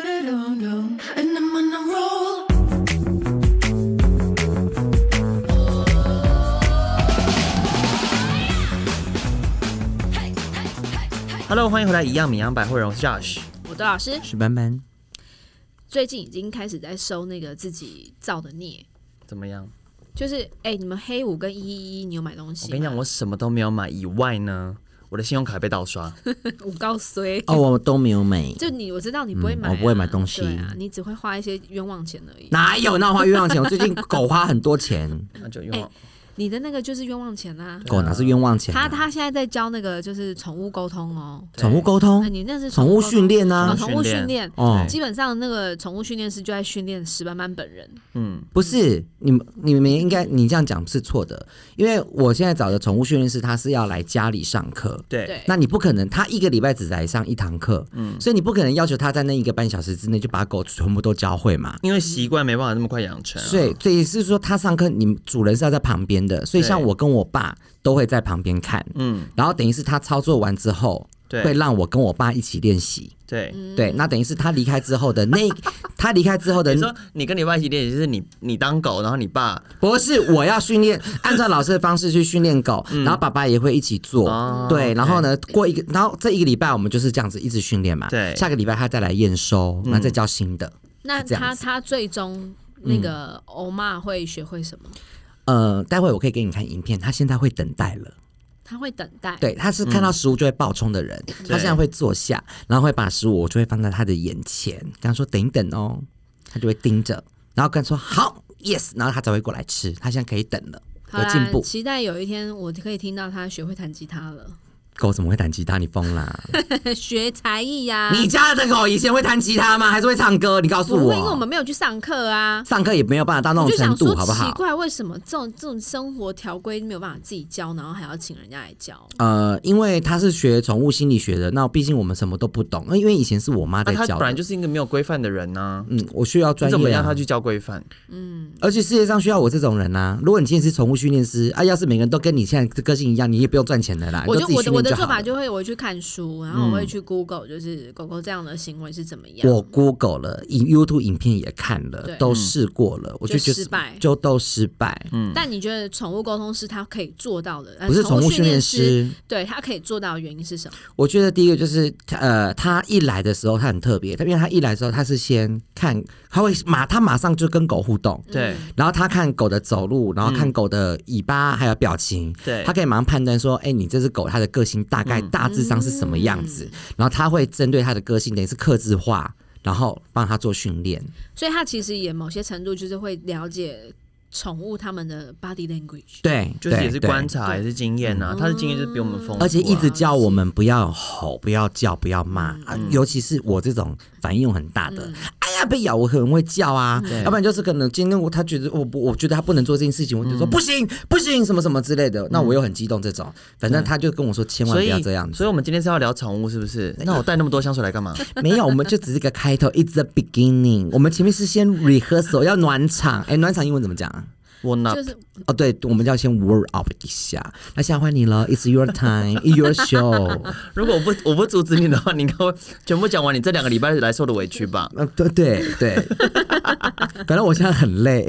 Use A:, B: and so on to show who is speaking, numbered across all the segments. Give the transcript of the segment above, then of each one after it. A: And I'm on a roll.
B: Hello，欢迎回来，一样米阳百货人，我是 Josh。
C: 我的老师
D: 史班班，
C: 最近已经开始在收那个自己造的孽，
B: 怎么样？
C: 就是哎、你们黑五跟一一一，你有买东西
B: 我
C: 吗？
B: 跟你讲，我什么都没有买以外呢，我的信用卡被盗刷。
C: 我告衰。
D: 哦，我都没有买，
C: 就你，我知道你不会
D: 嗯
C: 买啊、
D: 我不会买东西
C: 对啊，你只会花一些冤枉钱而已。
D: 哪有那我花冤枉钱？我最近狗花很 多钱，
B: 那就用
C: 你的那个就是冤枉钱啦、
D: 狗哪是冤枉钱、
C: 他
D: 啊？
C: 他现在在教那个就是宠物沟通哦，
D: 宠物沟
C: 那
D: 通，
C: 你那是
D: 宠物
C: 沟通
D: 训练
C: 哦
D: 啊，
C: 宠物训练。
D: 哦
B: 对，
C: 基本上那个宠物训练师就在训练石斑斑本人，
B: 嗯，
D: 不是你们你们应该你这样讲是错的，因为我现在找的宠物训练师他是要来家里上课。
B: 对，
C: 对，嗯
D: 那你不可能，他一个礼拜只来上一堂课，所以你不可能要求他在那一个半小时之内就把狗全部都教会嘛。
B: 因为习惯没办法这么快养成、啊。
D: 所以，所以是说他上课，你们主人是要在旁边的，所以
B: 对
D: 像我跟我爸都会在旁边看，
B: 嗯，
D: 然后等于是他操作完之后，
B: 对
D: 会让我跟我爸一起练习。
B: 对。
D: 对，那等于是他离开之后的 那，他离开之后的
B: 你说你跟你爸一起练习，就是你你当狗，然后你爸
D: 不是我要训练，按照老师的方式去训练狗，然后爸爸也会一起做。
B: 嗯哦
D: 对，然后呢，过一个，然后这一个礼拜我们就是这样子一直训练嘛。
B: 对嗯
D: 下个礼拜他再来验收，然后再教新的。
C: 那
D: 这样
C: 他
D: 子嗯
C: 他最终那个欧妈会学会什么？
D: 呃，待会我可以给你看影片，他现在会等待了。
C: 他会等待，
D: 对，他是
B: 嗯
D: 看到食物就会爆冲的人，他现在会坐下，然后会把食物我就会放在他的眼前，跟他说等一等哦，他就会盯着，然后跟他说好，yes，然后他才会过来吃。他现在可以等了，
C: 好
D: 有
C: 啦，
D: 进步。
C: 期待有一天我可以听到他学会弹吉他了，
D: 狗怎么会弹吉他？你疯啦！
C: 学才艺呀、
D: 你家的狗以前会弹吉他吗？还是会唱歌？你告诉
C: 不
D: 我，
C: 会，因为我们没有去上课啊。
D: 上课也没有办法啊到那
C: 我
D: 种
C: 就
D: 程
C: 想
D: 度，
C: 说，
D: 好不
C: 奇
D: 好？
C: 怪，为什么这种这种生活条规没有办法自己教，然后还要请人家来教？
D: 呃，因为他是学宠物心理学的，那毕竟我们什么都不懂。因为以前是我妈
B: 那
D: 在
B: 啊他
D: 教
B: 本来
D: 的，
B: 就是一个没有规范的人呢、
D: 嗯，我需要
B: 你
D: 专
B: 怎么
D: 业、
B: 让他
D: 啊，
B: 去教规范？
D: 而且世界上需要我这种人啊。如果你今天是宠物训练师啊，要是每个人都跟你现在的个性一样，你也不用赚钱的啦，
C: 我
D: 啊你自己
C: 我
D: 训
C: 的我
D: 练
C: 的
D: 好
C: 做法
D: 了。嗯
C: 就会我去看书，然后我会去 Google，就是狗狗这样的行为是怎么样。
D: 我 Google 了，影 YouTube 影片也看了
C: 对，嗯
D: 都试过了，我就
C: 就
D: 觉得
C: 失败
D: 就都失败。
C: 但你觉得宠物沟通师他可以做到的，呃
D: 不是
C: 宠
D: 宠物
C: 训
D: 训练
C: 师，
D: 师，
C: 对他可以做到的原因是什么？
D: 我觉得第一个就是，呃，他一来的时候他很特别，因为他一来的时候他是先看，他会马他马上就跟狗互动，
B: 对
D: 然后他看狗的走路，然后
C: 嗯
D: 看狗的尾巴还有表情，
B: 对嗯
D: 他可以马上判断说，哎、你这只狗它的个性大概大致上是什么样子，然后他会针对它的个性，等于是克制化，然后帮它做训练。
C: 所以他其实也某些程度就是会了解宠物他们的 body language。
D: 对，
B: 就是
D: 对
B: 也是
D: 对
B: 观察，也是经验呐、啊。他的经验就是比我们丰富啊、
D: 而且一直叫我们不要吼、不要叫、不要骂、
B: 嗯
D: 啊，尤其是我这种反应很大的，哎呀被咬我可能会叫啊，要不然就是可能今天我他觉得我不我觉得他不能做这件事情，我就
B: 嗯
D: 说、不行不行什么什么之类的，那我又很激动这种，反正他就跟我说千万
B: 所
D: 不
B: 以
D: 要这样子
B: 所以，，我们今天是要聊宠物，是不是？那我带那么多香水来干嘛？
D: 没有我们就只是个开头，it's the beginning，我们前面是先 rehearsal 要暖场，哎暖场英文怎么讲啊？
B: 我拿
C: 就是
D: 哦，对，我们就要先 warm up 一下。那现在换你了，It's your time，It's your show。
B: 如果我不我不阻止你的话，你应该会全部讲完你这两个礼拜来受的委屈吧？
D: 呃，对对对，反正我现在很累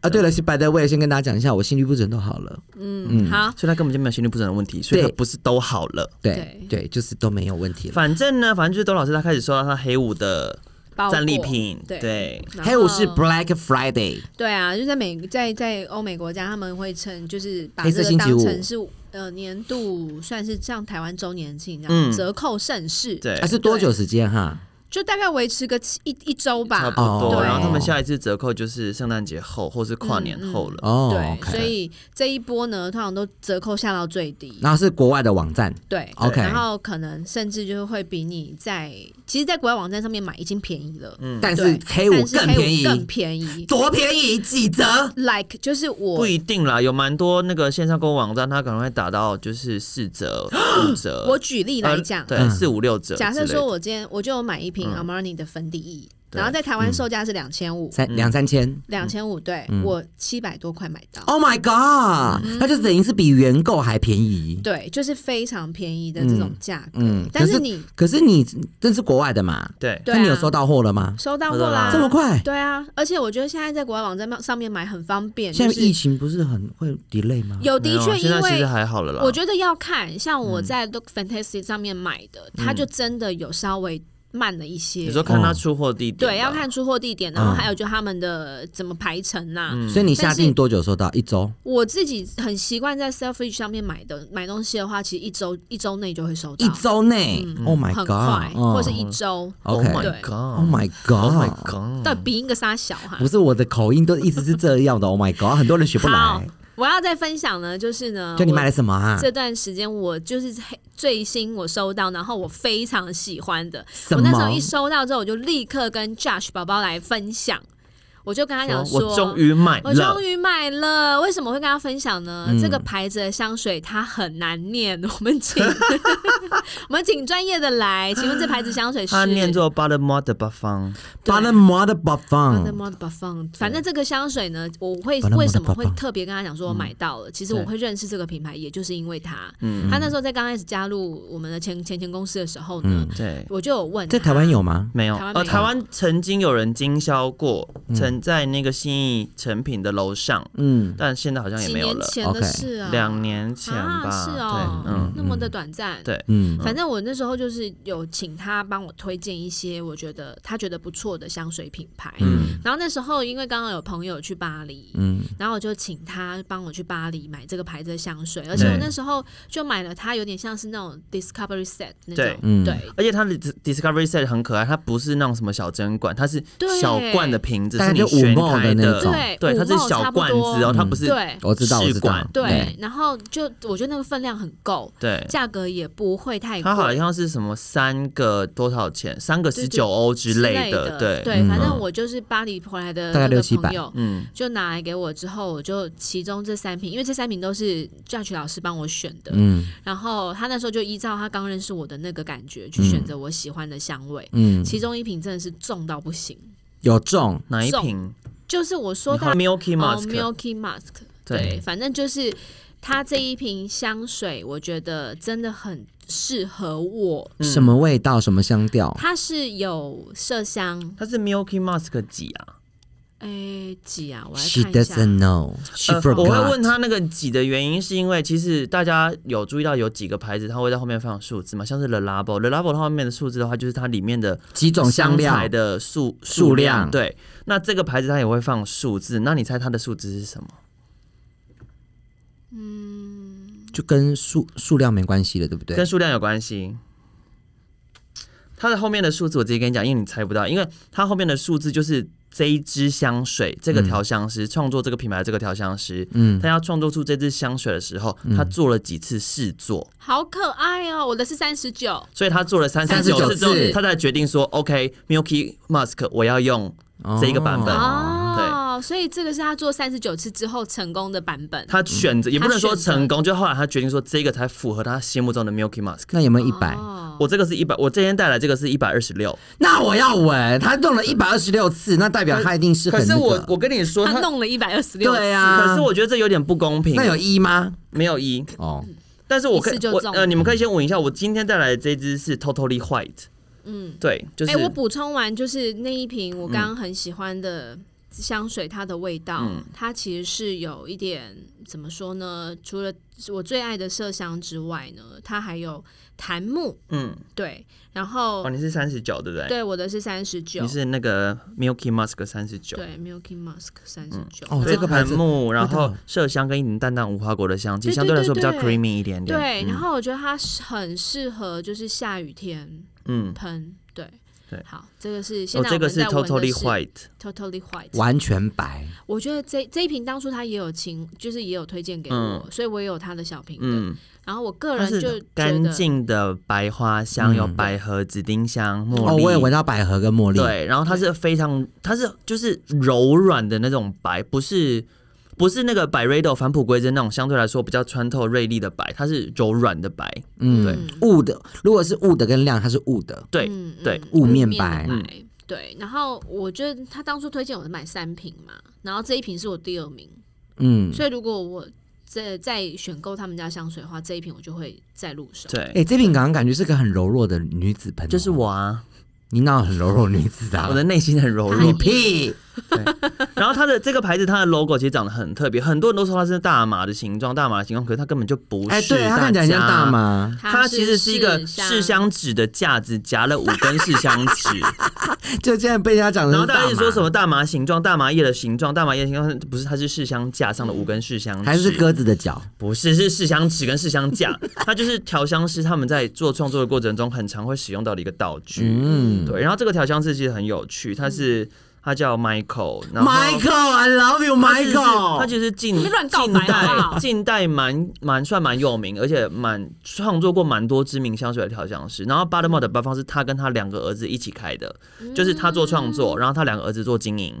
D: 啊。对了，是白的，我也先跟大家讲一下，我心律不整都好了，
C: 嗯，好，
B: 所以他根本就没有心律不整的问题，所以他
D: 对
B: 不是都好了。
D: 对对，就是都没有问题了。
B: 反正呢，反正就是董老师他开始收到他黑五的
C: 包裹
B: 战利品，
C: 哦对
B: 对
C: 然后
D: 还有是 Black Friday，
C: 对啊，就在美在在欧美国家，他们会称就是把
D: 黑
C: 这个
D: 色星期
C: 当
D: 五
C: 成是呃年度算是像台湾周年庆这样、
B: 嗯
C: 折扣盛事，
B: 对
D: 啊还、，是多久时间哈？
C: 就大概维持个七一一周
B: 差
C: 吧
B: 不。多。
D: 哦
C: 对
B: 然后他们下一次折扣就是圣诞节后或是跨年后
C: 嗯
B: 了。
D: 哦
C: 对，
D: ，OK
C: 所以这一波呢，通常都折扣下到最低。
D: 然后是国外的网站
C: 对
D: OK
C: 然后可能甚至就是会比你在其实，在国外网站上面买已经便宜了，嗯，
D: 但是黑五更便宜
C: 更便宜。
D: 多便宜几折？
C: Like 就是我
B: 不一定啦，有蛮多那个线上购物网站，它可能会打到就是四 折、五折。
C: 我举例来讲，
D: 嗯
B: 呃对，四五六折之类
C: 假
B: 的。嗯
C: 设说我今天我就有买一瓶 Armani 的粉底液，然后在台湾售价是两千五，
B: 嗯
D: 三两三千。
C: 两千五，对我七百多块买到，
B: 哦
D: Oh my god！那就等于是比原购还便宜。
C: 嗯对，就是非常便宜的这种价格。
D: 嗯，
C: 但
D: 可
C: 是
D: 是
C: 你
D: 可是你这是国外的嘛？
B: 对，
C: 对
D: 那你有
C: 啊
D: 收到货了吗？
C: 收到货
B: 收到
C: 啦
B: 啦，
D: 这么快？
C: 对啊，而且我觉得现在在国外网站上面买很方便，
D: 现在
C: 就是
D: 疫情不是很会 delay 吗？
C: 有
B: 没
C: 的
B: 有啊
C: 确
B: 现
C: 因
B: 在其实
C: 为。
B: 还好了啦。嗯
C: 我觉得要看，像我在 Look Fantastic 上面买的，它就真的有稍微慢了一些。
B: 你说看他
D: 哦
B: 出货地点，嗯
C: 对，要看。出货地点，然后还有就他们的怎么排程啊呐、
D: 所以你下
C: 但
D: 定
C: 是
D: 多久收到？一周？
C: 我自己很习惯在 Selfridge 上面买的买东西的话，其实一周一周内就会收到，
D: 一周内？Oh my
C: 嗯很
D: god！
C: 快，或
D: 嗯
C: 是一周。
B: Oh
D: OK
B: my
C: 对
D: Oh
B: god！Oh
D: my god！Oh
B: my
C: 到
B: god！
C: 底鼻音个啥小哈
D: 不？是我的口音都一直是这样的。Oh my god！很多人学不
C: 好
D: 来。，
C: 我要再分享呢，就是呢，
D: 就你买
C: 我
D: 了什么啊？
C: 这段时间我就是黑最新我收到，然后我非常喜欢的，
D: 什
C: 我
D: 么
C: 那时候一收到之后，我就立刻跟 Josh 宝宝来分享，我就跟他讲说，
B: 我终于买
C: 我终
B: 了，
C: 于买了。为什么会跟他分享呢？
D: 嗯
C: 这个牌子的香水它很难念， 我们请我们请专业的来，请问这牌子香水是？
B: 他念作嗯巴勒莫的八方，
C: 对
D: 巴勒摩的巴
C: 巴德
D: 放，
C: 摩的巴放，反正这个香水呢，我会
D: Balm
C: 为什么
D: de
C: 会
D: Parfum
C: 特别跟他讲说我买到了？其实我
B: 对
C: 会认识这个品牌，也就是因为他。
B: 嗯
C: 他那时候在刚开始加入我们的前前前公司的时候呢，
B: 对，
C: 我就有问
D: 在
C: 他
D: 台湾有吗？
B: 没有，
C: 台湾
B: 呃，
C: 没有
B: 台湾曾经有人经销过，曾在那个信义成品的楼上，
D: 嗯，
B: 但现在好像也
C: 几
B: 没有
C: 年
B: 了，
C: 前的
D: OK，
C: 事啊，
B: 两年前吧，
C: 啊，是哦，
B: 对，嗯，
C: 那么的短暂，
B: 对，
D: 嗯，
C: 反正我那时候就是有请他帮我推荐一些我觉得他觉得不错的香水品牌，
D: 嗯
C: 然后那时候因为刚刚有朋友去巴黎，
D: 嗯
C: 然后我就请他帮我去巴黎买这个牌子的香水，而且我那时候就买了它，有点像是那种 Discovery set 那种
B: 对，
D: 嗯
C: 对
B: 而且它的 Dis- Discovery Set 很可爱，它不是那种什么小针管，它是
C: 对
B: 小罐的瓶子，
D: 大概
B: 是你
D: 就
B: 旋
D: 五毛
B: 开
D: 的那种
C: 对
B: 对，
C: 五
B: 它是
C: 毛差
B: 小
C: 不
B: 罐子哦，
C: 多
B: 它不是
C: 对
D: 我知道，我知道
B: 试管。
C: 对，然后就我觉得那个分量很够，
B: 对，
C: 价格也不会太
B: 它好
C: 贵。
B: 像是什么三个多少钱，三个
C: 对
B: 十
C: 对
B: 九欧
C: 之
B: 之类
C: 的，
B: 对，
C: 对，反正
B: 嗯
C: 我就是巴黎回来的
D: 大概
C: 那个
D: 六七百
C: 朋友，
B: 嗯
C: 就拿来给我之后，我就其中这三瓶，因为这三瓶都是 Judge 老师帮我选的，
D: 嗯
C: 然后他那时候就依照他刚认识我的那个感觉去选择我喜欢的香味。
D: 嗯，
C: 其中一瓶真的是重到不行，
D: 有中
B: 哪一瓶？
C: 就是我说
B: 你
C: 到
B: 看 Milky
C: 哦
B: Mask，
C: Milky Mask，对，
B: 对，
C: 反正就是它这一瓶香水，我觉得真的很适合我。
B: 嗯
D: 什么味道？什么香调？
C: 它是有麝香，
B: 它是 Milky Mask 几啊？
C: 哎，几啊？我来
D: She
C: 看一下。
D: doesn't know. She
B: 呃我会问
D: forgot.
B: 他那个几的原因，是因为其实大家有注意到有几个牌子，它会在后面放数字嘛，像是 The Labo，The Labo 它后面的数字的话，就是它里面的
D: 几种香料
B: 材的数
D: 数量
B: 对，那这个牌子它也会放数字，那你猜它的数字是什么？
D: 就跟数数量没关系了，对不
B: 跟
D: 对？
B: 数量有关系。它的后面的数字我直接跟你讲，因为你猜不到，因为它后面的数字就是这一支香水，这个调香师创、作这个品牌的这个调香师，嗯，他要创作出这支香水的时候，他做了几次试做，
C: 好可爱哦！我的是三十九，
B: 所以他做了三十九
D: 39
B: 次之后
D: 次，
B: 他才决定说，OK Milky Musk 我要用这一个版本。
C: 哦，所以这个是他做三十九次之后成功的版本。
B: 他选择也不能说
C: 他选择
B: 成功，就后来嗯他决定说这个才符合他心目中的 Milky Musk。
D: 那有没有一百？
C: 哦
B: 我这个是一百，我今天带来这个是一百二十六。
D: 那我要闻，他动了一百二十六次，那代表他一定是很、
B: 可
D: 那
B: 是
D: 个。
B: 我我跟你说，
C: 他
B: 他
C: 弄了一百二十六，
D: 对啊，
B: 可是我觉得嗯这有点不公平。啊
D: 那有一吗？
B: 没有一？
D: 哦，
B: 但是我可
C: 一
B: 以
C: 次就
B: 我
C: 中
B: 呃，你们可以先闻一下，我今天带来的这支是 Totally White。嗯，对，就是、
C: 哎、我补充完就是那一瓶我刚刚很喜欢的
B: 嗯
C: 香水，它的味道，它其实是有一点怎么说呢？除了我最爱的麝香之外呢，它还有檀木，
B: 嗯，
C: 对，然后、
B: 哦，你是三十九对不对？
C: 对我的是三十九
B: 你，是那个 Milky Musk 三十九。嗯
C: 对 Milky Musk 三十九，
D: 哦
B: 这
D: 这
B: 个
D: 个
B: 檀
D: 牌子
B: 木，然
D: 味
B: 后
D: 道
B: 麝香跟一点淡淡无花果的香气，
C: 对
B: 相对来说比较
C: 对对
B: creamy 一点嗯点。
C: 对，然后我觉得它是很适合就是下雨天
B: 嗯，
C: 喷，对。
B: 对
C: 好，这个是嗯现
B: 哦
C: 在，我
B: 这
C: 们
B: 个是
C: 在闻的
B: Totally White。
C: Totally White，
D: 完全白。
C: 我觉得这这一瓶当初他也有请，就是也有推荐给我，
B: 嗯
C: 所以我也有他的小瓶的。
B: 嗯，
C: 然后我个
B: 它
C: 人就觉
B: 是
C: 得
B: 干净的白花香，有百合、紫丁香、
D: 嗯哦，
B: 茉莉。
D: 我也闻到百合跟茉莉。，
B: 对，然后它是非常，它是就是柔软的那种白，不是不是那个百瑞豆返璞归真那种相对来说比较穿透锐利的白，它是柔软的白。
D: 嗯，雾的，如果是雾的跟亮，它是雾的。
B: 对、
C: 嗯
B: 对，
D: 雾面
C: 白
D: 白，
B: 嗯
C: 对，然后我觉得他当初推荐我买三瓶嘛，然后这一瓶是我第二名，
D: 嗯，
C: 所以如果我再再选购他们家香水的话，这一瓶我就会再入手。
D: 哎、
B: 对，
D: 这瓶感感觉是个很柔弱的女子朋友，
B: 就是我啊，
D: 你哪有很柔弱的女子 啊？
B: 我的内心很柔
C: 哎
B: 弱
D: 你。屁！
B: 然后它的这个牌子，它的 logo 其实长得很特别，很多人都说它是大麻的形状，大麻的形状，可是它根本就不
D: 哎、
B: 是。
D: 对，她看起来很像大。麻，
B: 它其实是一个
C: 试
B: 试香纸的架子，夹了五根试香纸，
D: 就现在被人家讲成
B: 然
D: 是
B: 后
D: 大麻。
B: 大家一直说什么大麻形状、大麻叶的形状、大麻叶的形状，不是它是试香架上的五根试香纸，
D: 还是鸽子的脚？
B: 不是，是试香纸跟试香 架，它就是调香师他们在做创作的过程中很常会使用到的一个道具。
D: 嗯
B: 对，然后这个调香师其实很有趣，它是它叫 Michael，然后
D: ，Michael，I love you,
B: 它其实是
D: Michael。
B: 它其实是近
C: 你乱告
B: 近
C: 白
B: 代
C: 好不好
B: 近代蛮蛮算蛮有名，而且蛮创作过蛮多知名香水的调香师。然后 b a d m o 的包方是他跟他两个儿子一起开的，
C: 嗯
B: 就是他做创作，然后他两个儿子做经营。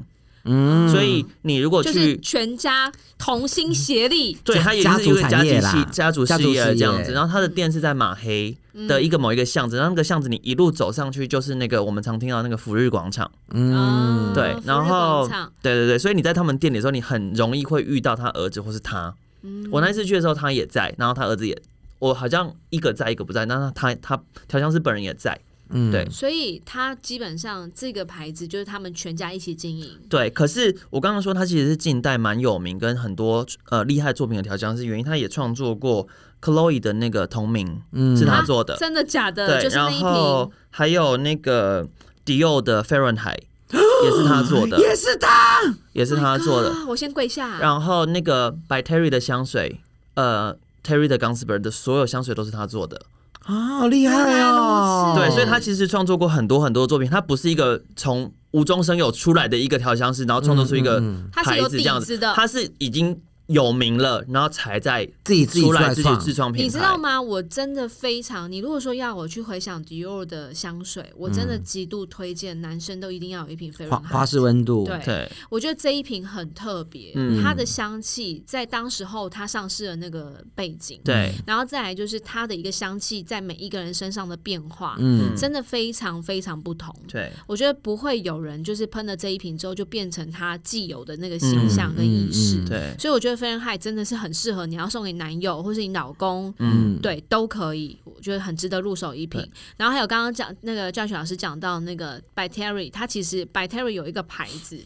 D: 嗯
B: 所以你如果
C: 就是
B: 去
C: 全家同心协力，
B: 对，
D: 家
B: 它也就是一个
D: 家
B: 家
D: 族产业
B: 庭
D: 啦
B: 系家族
D: 家
B: 事
D: 族
B: 业
D: 事业
B: 这样子。然后它的店是在马黑的
C: 嗯
B: 一个某一个巷子，然后那个巷子你一路走上去就是那个我们常听到那个福日广场，
D: 嗯
C: 啊
B: 嗯对，然
C: 福
B: 后
C: 日广场
B: 对对对，所以你在他们店里的时候，你很容易会遇到他儿子或是他。
C: 嗯
B: 我那一次去的时候，他也在，然后他儿子也，我好像一个在一个不在，那他他调香师本人也在，
D: 嗯
B: 对
C: 所以他基本上这个牌子就是他们全家一起经营，
B: 对，可是我刚刚说他其实是近代蛮有名跟很多呃厉害作品的调香师，原因他也创作过 Chloe 的那个同名，
D: 嗯
B: 是他
C: 啊
B: 做的，
C: 真的假的？
B: 对，
C: 就是那
B: 然
C: 一
B: 后
C: 瓶，，Oh
B: 还有那个迪奥的 Fahrenheit 也是他做 的，
D: 也是他，
B: 也是他做的。
C: 啊，我先跪下。
B: 然后那个 By Terry 的香水，呃，Terry 的 Gunsberg 的所有香水都是他做的。
D: 啊，好厉害哦！
B: 对，
C: 哦
B: 所以他其实创作过很多很多作品，他不是一个从无中生有出来的一个调香师，然后创作出一个
D: 嗯
C: 他是
B: 牌
C: 有
B: 子这样
C: 底
B: 子
C: 子，的，
B: 他是已经有名了，然后才在
D: 自己自己
B: 出来
D: 出
B: 自己
D: 来创
B: 自创品牌。
C: 你知道吗？我真的非常，你如果说要我去回想 Dior 的香水，我真的极度推荐男生都一定要有一瓶飞
D: 花
C: 轮
D: 花式温度，
C: 对
B: 对，我
C: 我觉得这一瓶很特别，
B: 嗯
C: 它的香气在当时候它上市的那个背景，
B: 对，
C: 然后再来就是它的一个香气在每一个人身上的变化，
D: 嗯，
C: 真的非常非常不同。
B: 对，
C: 我觉得不会有人就是喷了这一瓶之后就变成他既有的那
B: 嗯
C: 个形象跟仪式，
D: 嗯嗯嗯
B: 对，
C: 所以我觉得飞人海真的是很适合你要送给男友或是你老公，
D: 嗯，
C: 对，都可以，我觉得很值得入手一瓶
B: 对。
C: 然后还有刚刚讲那个教学老师讲到那个 By Terry，它其实 By Terry 有一个牌子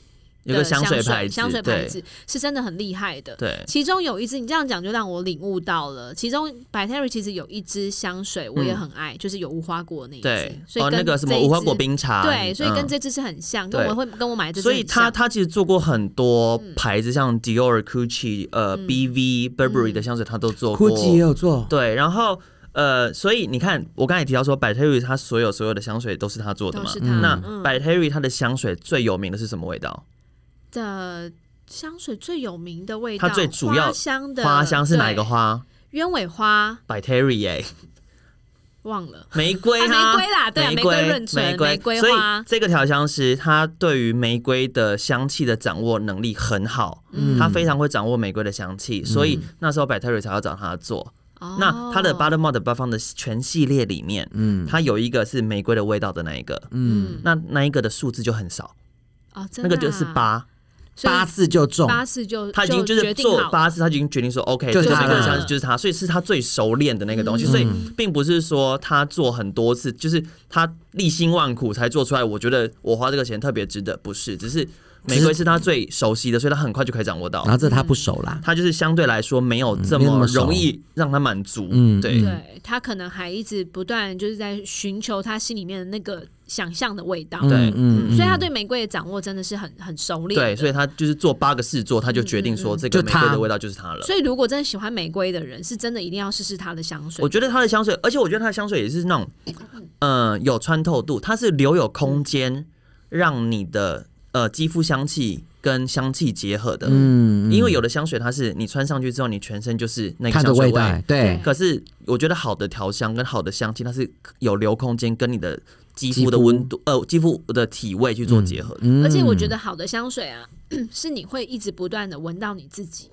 B: 有
C: 的
B: 个
C: 香
B: 水
C: 水
B: 牌子，
C: 香水牌
B: 对，
C: 子是真的很厉害的。
B: 对，
C: 其中有一支，你这样讲就让我领悟到了。其中 By Terry 其实有一支香水我也很爱，就是有无花果那一支
B: 嗯对，，
C: 所
B: 哦，
C: 以跟、
B: 那个什么无花果。冰茶，
C: 对，所以跟
B: 嗯
C: 这支是很像，
B: 对
C: 跟我会跟我买的这支
B: 所以
C: 很像嗯
B: 他他其实做过很多牌子，像 Dior、Gucci、呃 BV、Burberry
C: 嗯
B: 的香水，他都做过。
D: ，Gucci 也有做，
B: 对，然后呃，所以你看，我刚才提到说，百 Terry 他所有所有的香水都是他做的
C: 都
B: 嘛
C: 是。
D: 嗯
C: 它
B: 那百 Terry 他的香水最有名的是什么味道？
C: 的香水最有名的味道，
B: 它最主要
C: 花香的
B: 花香是哪一个？花？
C: 对鸢尾花
B: 百 Terry 耶，
C: 忘了。
B: 玫瑰
C: 啊
B: 啊，
C: 玫瑰啦对啊
B: 玫
C: 玫
B: 瑰
C: 瑰润唇
B: 玫瑰
C: 玫瑰
B: 所以
C: 花
B: 这个调香师他对于玫瑰的香气的掌握能力很好，
C: 嗯
B: 他非常会掌握玫瑰的香气，所
D: 嗯
B: 以那时候百 Terry 才要找他做。
C: 哦
B: 那它的 b a d m o 的八方的全系列里面，嗯，它有一个是玫瑰的味道的那一个，
C: 嗯
B: 那那一个的数字就很少，
C: 哦，真
B: 那
C: 的啊
B: 个就是，八，
C: 所以
D: 八次就中，
C: 八次就
B: 他已经就
C: 决
B: 是
C: 定好
B: 做
C: 了
B: 八次，他已经决定说 OK，
D: 就是
B: 这
D: 他
B: 个
D: 了
B: 香就是他，所以是他最熟练的那个东西，
C: 嗯
B: 所以并不是说他做很多次，就是他历辛万苦才做出来。我觉得我花这个钱特别值得，不是，只是玫瑰是他最熟悉的，所以他很快就可以掌握到
D: 然。后这他不熟啦，
B: 他就是相对来说没有这
D: 没那
B: 么
D: 么熟
B: 容易让他满足，
D: 嗯
B: 对，
C: 对他可能还一直不断就是在寻求他心里面的那个想象的味道，
B: 对
C: 所
D: 嗯
C: 以他对玫瑰的掌握真的是很很熟练。
B: 对，所以他就是做八个试做，他就决定说这个
D: 就
B: 玫
D: 他
B: 瑰的味道就是它了。
C: 嗯所以如果真的喜欢玫瑰的人，是真的一定要试试他的香水。
B: 我觉得它的香水，而且我觉得它的香水也是那种，呃，有穿透度，它是留有
C: 嗯
B: 空间让你的呃肌肤香气跟香气结合的。
D: 嗯，
B: 因为有的香水它是你穿上去之后，你全身就是那个
D: 它的
B: 香水
D: 道，对，
B: 可是我觉得好的调香跟好的香气，它是有留空间跟你的肌肤的温度，呃，肌肤的体味去
D: 嗯
B: 做结合的。
C: 而且我觉得好的香水啊， 是你会一直不断的闻到你自己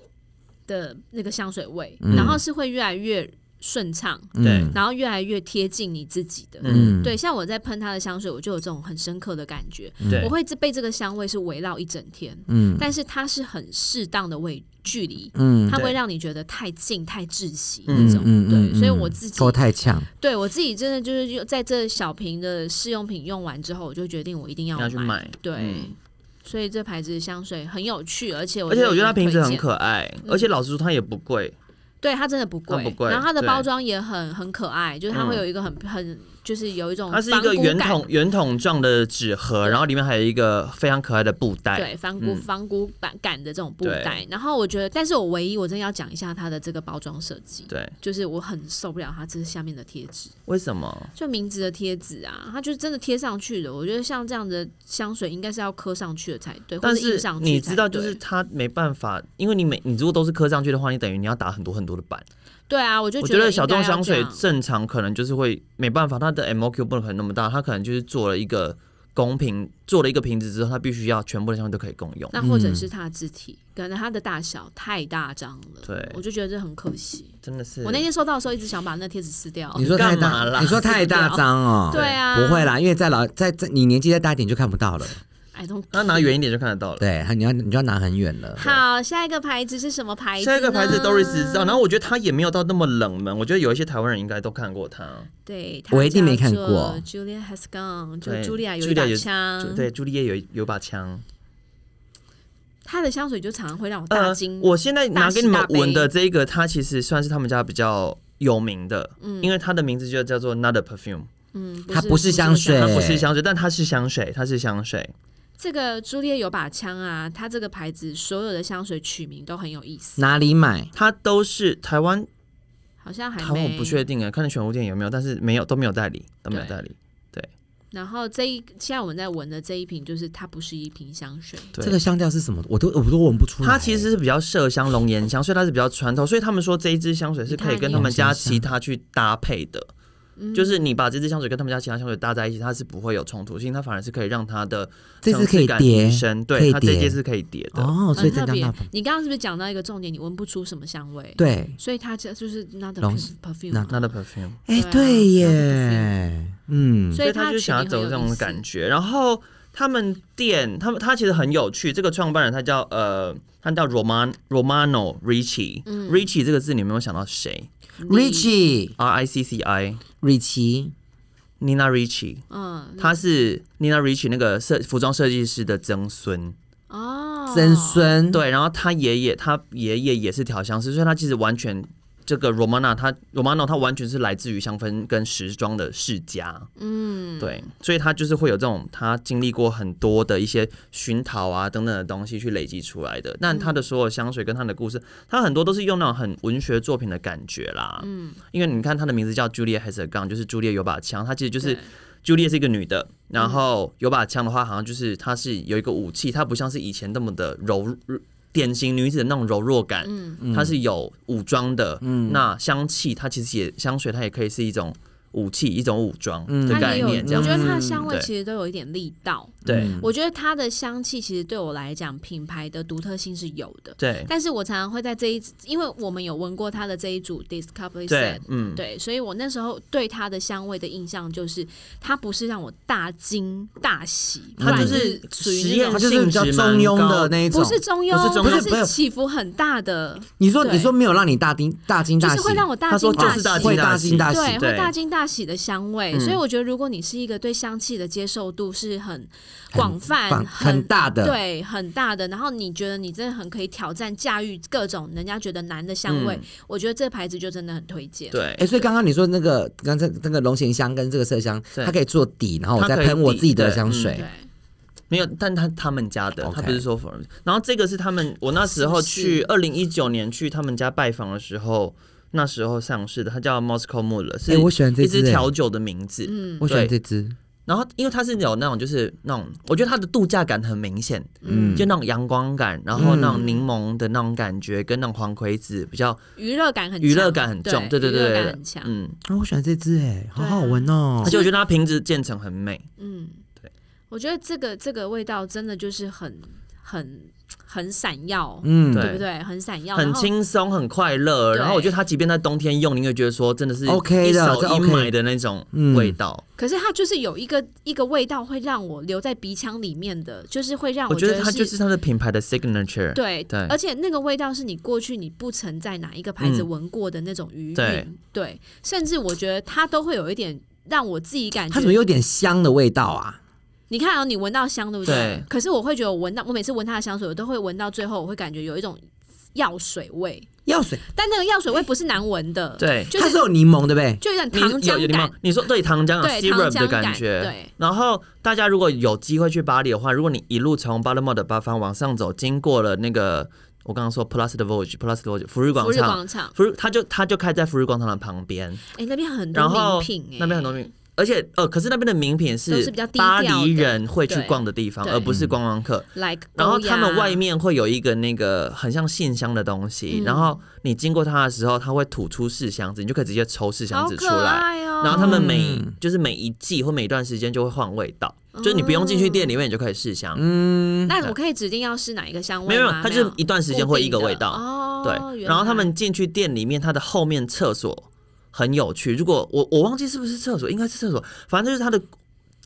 C: 的那个香水味，然后是会越来越顺畅，
D: 嗯
B: 对
C: 然后越来越贴近你自己的。
B: 嗯
C: 对，像我在喷它的香水，我就有这种很深刻的感觉，
B: 对
C: 我会被这个香味是围绕一整天，
D: 嗯
C: 但是它是很适当的位距离，
D: 嗯
C: 它
B: 对
C: 会让你觉得太近太窒息
B: 嗯
C: 那种。
D: 嗯嗯
C: 对，所以
D: 嗯
C: 我自己
D: 够太强，
C: 对我自己真的就是又在这小瓶的试用品用完之后，我就决定我一定要
B: 要去买，
C: 对，
B: 嗯
C: 所以这牌子的香水很有趣，而且我
B: 而且我觉得它
C: 很推
B: 瓶子很
C: 荐，
B: 可爱，
C: 嗯
B: 而且老实说它也不贵，
C: 对它真的不贵，
B: 它不贵
C: 然后它的
B: 对
C: 包装也很很可爱，就是它
B: 嗯
C: 会有一个很很就是有一种
B: 它是一个
C: 仿古
B: 圆
C: 哦感
B: 筒圆筒状的纸盒，然后里面还有一个非常可爱的布袋，
C: 对仿古、
B: 嗯
C: 仿古版感的这种布
B: 对
C: 袋，然后我觉得，但是我唯一我真的要讲一下它的这个包装设计，
B: 对，
C: 就是我很受不了它这下面的贴纸，
B: 为什么？
C: 就名字的贴纸啊，它就是真的贴上去的。我觉得像这样的香水应该是要刻上去的才对，
B: 但
C: 或者印
B: 是
C: 上去
B: 你
C: 才
B: 知道，就是
C: 对
B: 它没办法，因为你每你如果都是刻上去的话，你等于你要打很多很多的版。
C: 对啊，我就
B: 我觉
C: 觉得
B: 得
C: 应该
B: 小
C: 要这
B: 众
C: 样
B: 香水正常可能就是会没办法，它的 MOQ 不能可能那么大，它可能就是做了一个公平，做了一个瓶子之后，它必须要全部的香水都可以共用。
C: 那或者
B: 嗯
C: 是它的字体，可能它的大小太大张了，
B: 对
C: 我就觉得这很可惜。
B: 真的是，
C: 我那天收到的时候，一直想把那贴纸撕掉。
D: 你说太
B: 干嘛
D: 大，
B: 啦
D: 你说太大张哦，
C: 对啊，
D: 不会啦，因为再老再再你年纪再大一点就看不到了，
C: ，I don't。
B: 那拿远一点就看得
C: 呃
B: 到了。
D: 对，你要你就要拿很远了，
C: 好，下一个牌子是什么牌子？
B: 下一个牌子 Doris 知道，然后我觉得它也没有到那么冷门，我觉得有一些台湾人应该都看过它。
C: 对，
D: 我一定没看过
C: Julia has gone，就
B: 对
C: Julia 有
B: Julia
C: 一把
B: 有就
C: 枪，
B: 对，朱丽叶有一有把枪。
C: 她的香水就常常会让我大
B: 呃
C: 惊。，
B: 我现在拿给你们
C: 大喜大悲
B: 闻的这一个，它其实算是他们家比较有名的，因为它的名字就叫做 Not a Perfume，
C: 嗯，
D: 它不是香水
B: 它
D: 对
B: 不是香水，但它是香水，它是香水。
C: 这个朱丽叶有把枪啊，它这个牌子所有的香水取名都很有意思，
D: 哪里买？
B: 它都是台湾，
C: 好像还
B: 台湾
C: 没
B: 我不确定哎，看你选物店有没有，但是没有都没有代理，都没有代理。
C: 然后这一现在我们在闻的这一瓶，就是它不是一瓶香水，
B: 对
D: 这个香调是什么？我都我都闻不出来。
B: 它其实是比较麝香、龙涎香，所以它是比较传统。所以他们说这一支香水是可以跟他们家其他去搭配的，
C: 嗯
B: 就是你把这支香水跟他们家其他香水搭在一起，它是不会有冲突性，它反而是可以让它的
D: 这支
B: 层次
D: 可以
B: 感
D: 叠
B: 提升。
D: 可
B: 对，
D: 以
B: 它这
D: 叠
B: 支是可以叠的。
D: 哦，所以
C: 很
D: 这
C: 特
D: 张
C: 别
D: 大牌。
C: 你刚刚是不是讲到一个重点，你闻不出什么香味？，
D: 对，
C: 所以它这就是那的
D: 龙
C: perfume，
D: 那
C: 嘛
B: 它的 perfume，
C: 对
D: 哎、
C: 啊
D: 对耶，嗯，
C: 所以
B: 他
C: 它
B: 就想要
C: 取
B: 走
C: 名很有
B: 这种
C: 意思
B: 感。觉。然后他们店，他们他其实很有趣。这个创办人他叫呃，他叫 Roman Romano Ricci、Ricci 这个字你有没有想到谁
D: 瑞奇，
B: ？R I C C I
D: 瑞奇，
B: Nina Ricci，
C: 嗯，
B: 他是 Nina Ricci 那个设服装设计师的曾孙。
C: 哦，
D: 曾孙，，
B: 对，然后他爷爷，他爷爷也是调香师，所以他其实完全。这个 Romana，他 Romano，他完全是来自于香氛跟时装的世家，嗯，对，所以他就是会有这种他经历过很多的一些熏陶啊等等的东西去累积出来的。但他的所有香水跟他的故事，他很多都是用那种很文学作品的感觉啦，嗯，因为你看他的名字叫 Julia h e s e r g u n 就是朱丽叶有把枪，他其实就是
C: 对嗯
B: Julia 是一个女的，然后有把枪的话，好像就是她是有一个武器，她不像是以前那么的柔，呃典型女子的那种柔弱感，
C: 嗯
B: 她是有武装的。那香气它其实也香水它也可以是一种武器，一种武装的
C: 它
B: 概
C: 也有，
B: 念，这样
C: 我觉得
B: 子。
C: 它的香
B: 嗯
C: 味
B: 对
C: 其实都有一点力道。
B: 对
D: 嗯
C: 我觉得它的香气其实对我来讲，品牌的独特性是有的。
B: 对
C: 但是我常常会在这一，因为我们有闻过它的这一组 Discovery
B: 对
C: Set，
B: 嗯
C: 对，所以我那时候对它的香味的印象就是，它不是让我大惊大喜，
B: 它就
C: 不然
B: 是
C: 属
B: 实
C: 于那
B: 验
C: 种
D: 它就
B: 性
D: 是比较
B: 质
D: 中
B: 蛮
D: 庸
B: 高
D: 的那一种。
C: 不是中庸，
B: 不是中庸
C: 它
D: 不是
C: 是起伏很大的，
D: 你说
C: 对
D: 你说没有让你大惊大惊
C: 就
D: 大
C: 是
D: 喜，
C: 会让我大
B: 他说
C: 惊
B: 就
C: 大
B: 是
C: 喜。
B: 大
D: 会大
B: 喜
D: 惊大喜
C: 对，会
B: 对嗯
C: 大惊大喜的香味，所以我觉得，如果你是一个对香气的接受度是很广泛、
D: 反很大的，
C: 对，很大的。然后你觉得你真的很可以挑战、驾驭各种人家觉得难的香味，
B: 嗯
C: 我觉得这牌子就真的很推荐。，
B: 对
D: 哎、，所以刚刚你说那个，刚才那个龙涎香跟这个麝香，
B: 对
D: 它可以做底，然后我
B: 它
D: 再
B: 可以
D: 喷我
B: 底
D: 自己的
B: 对
D: 香
B: 嗯
D: 水。
C: 对，
B: 没有，但他他们家的，
D: OK
B: 他不是说 for。然后这个是他们，我那时候去
C: 是
B: 二零一九年去他们家拜访的时候，那时候上市的，它叫 Moscow m u l l e 是
D: 哎我喜欢这
B: 一
D: 支
B: 支
D: 哎
B: 调酒的名字。嗯，
D: 我喜欢
B: 对
D: 这支，
B: 然后因为它是有那种就是那种，我觉得它的度假感很明显，
D: 嗯，
B: 就那种阳光感，然后那种柠檬的那种感觉，跟那种黄葵子比较
C: 娱乐感很强
B: 娱乐感很重。对对
C: 娱
B: 对
C: 乐
B: 对
C: 感
B: 对
C: 很，强。
B: 嗯，
D: 啊，我喜欢这支哎，好
C: 对啊
D: 好闻哦
B: 而。且我觉得它瓶子建成很美。
C: 嗯，
B: 对，
C: 我觉得这个这个味道真的就是很很很闪耀，
D: 嗯，
B: 对
C: 对不对？很闪耀，
B: 很
C: 然后
B: 轻松，很快乐。
C: 对
B: 然后我觉得它即便在冬天用，你会觉得说真的是
D: OK 的
B: 一扫
D: 这
B: 一
D: OK
B: 买的那种
D: 嗯
B: 味道。
C: 可是它就是有一个一个味道会让我留在鼻腔里面的，就是会让
B: 我觉
C: 觉
B: 得它
C: 是
B: 就是它的品牌的 signature。
C: 对
B: 对
C: 而且那个味道是你过去你不曾在哪一个牌子闻过的那种余
B: 嗯
C: 韵，
B: 对
C: 对，甚至我觉得它都会有一点让我自己感
D: 它怎么
C: 觉。
D: 有点香的味道啊？
C: 你看啊，你闻到香对不
B: 对
C: 可是我会觉得我闻到，我每次闻它的香水，我都会闻到最后，我会感觉有一种药水味，
D: 药水，
C: 但那个药水味不是难闻的，，
B: 对，
C: 就是
D: 它是有柠檬的呗。
C: 就有点
B: 你
C: 糖
B: 有有
C: 浆
B: 柠
C: 感
B: 檬，，你说对糖浆啊
C: 对
B: syrup
C: 糖
B: 的
C: 浆
B: 感
C: 感
B: 觉。
C: 对。
B: 然后大家如果有机会去巴黎的话，如果你一路从巴勒莫的八方往上走，经过了那个我刚刚说 Place de Vosges，Place de Vosges 福日
C: 福
B: 广
C: 日
B: 场，
C: 广场，
B: 福日它就它就开在福日广场的旁边，
C: 哎、那边很多
B: 然后
C: 名品、哎，
B: 那边很多名。而且，呃，可是那边的名品
C: 都
B: 是
C: 是比较低调
B: 巴
C: 的
B: 黎人会去
C: 对
B: 逛的地方，
C: 对嗯
B: 而不是观光客。
C: like，
B: 然后他们
C: 勾呀
B: 外面会有一个那个很像信箱的东西，
C: 嗯
B: 然后你经过它的时候，它会吐出试箱子，你就可以直接抽试箱
C: 好
B: 子出
C: 可
B: 来。
C: 爱哦、
B: 然后他们每、
D: 嗯
B: 就是每一季或每一段时间就会换味道，就是你不用进去店里面，你就可以试香。
D: 嗯，
C: 那我可以指定要是哪一个香味吗？
B: 没有没有，它就是
C: 没
B: 一段时间会一个味道。
C: 固定的哦、
B: 对，
C: 原
B: 然后他
C: 来
B: 们进去店里面，它的后面厕所很有趣。如果我我忘记是不是厕所，应该是厕所，反正就是它的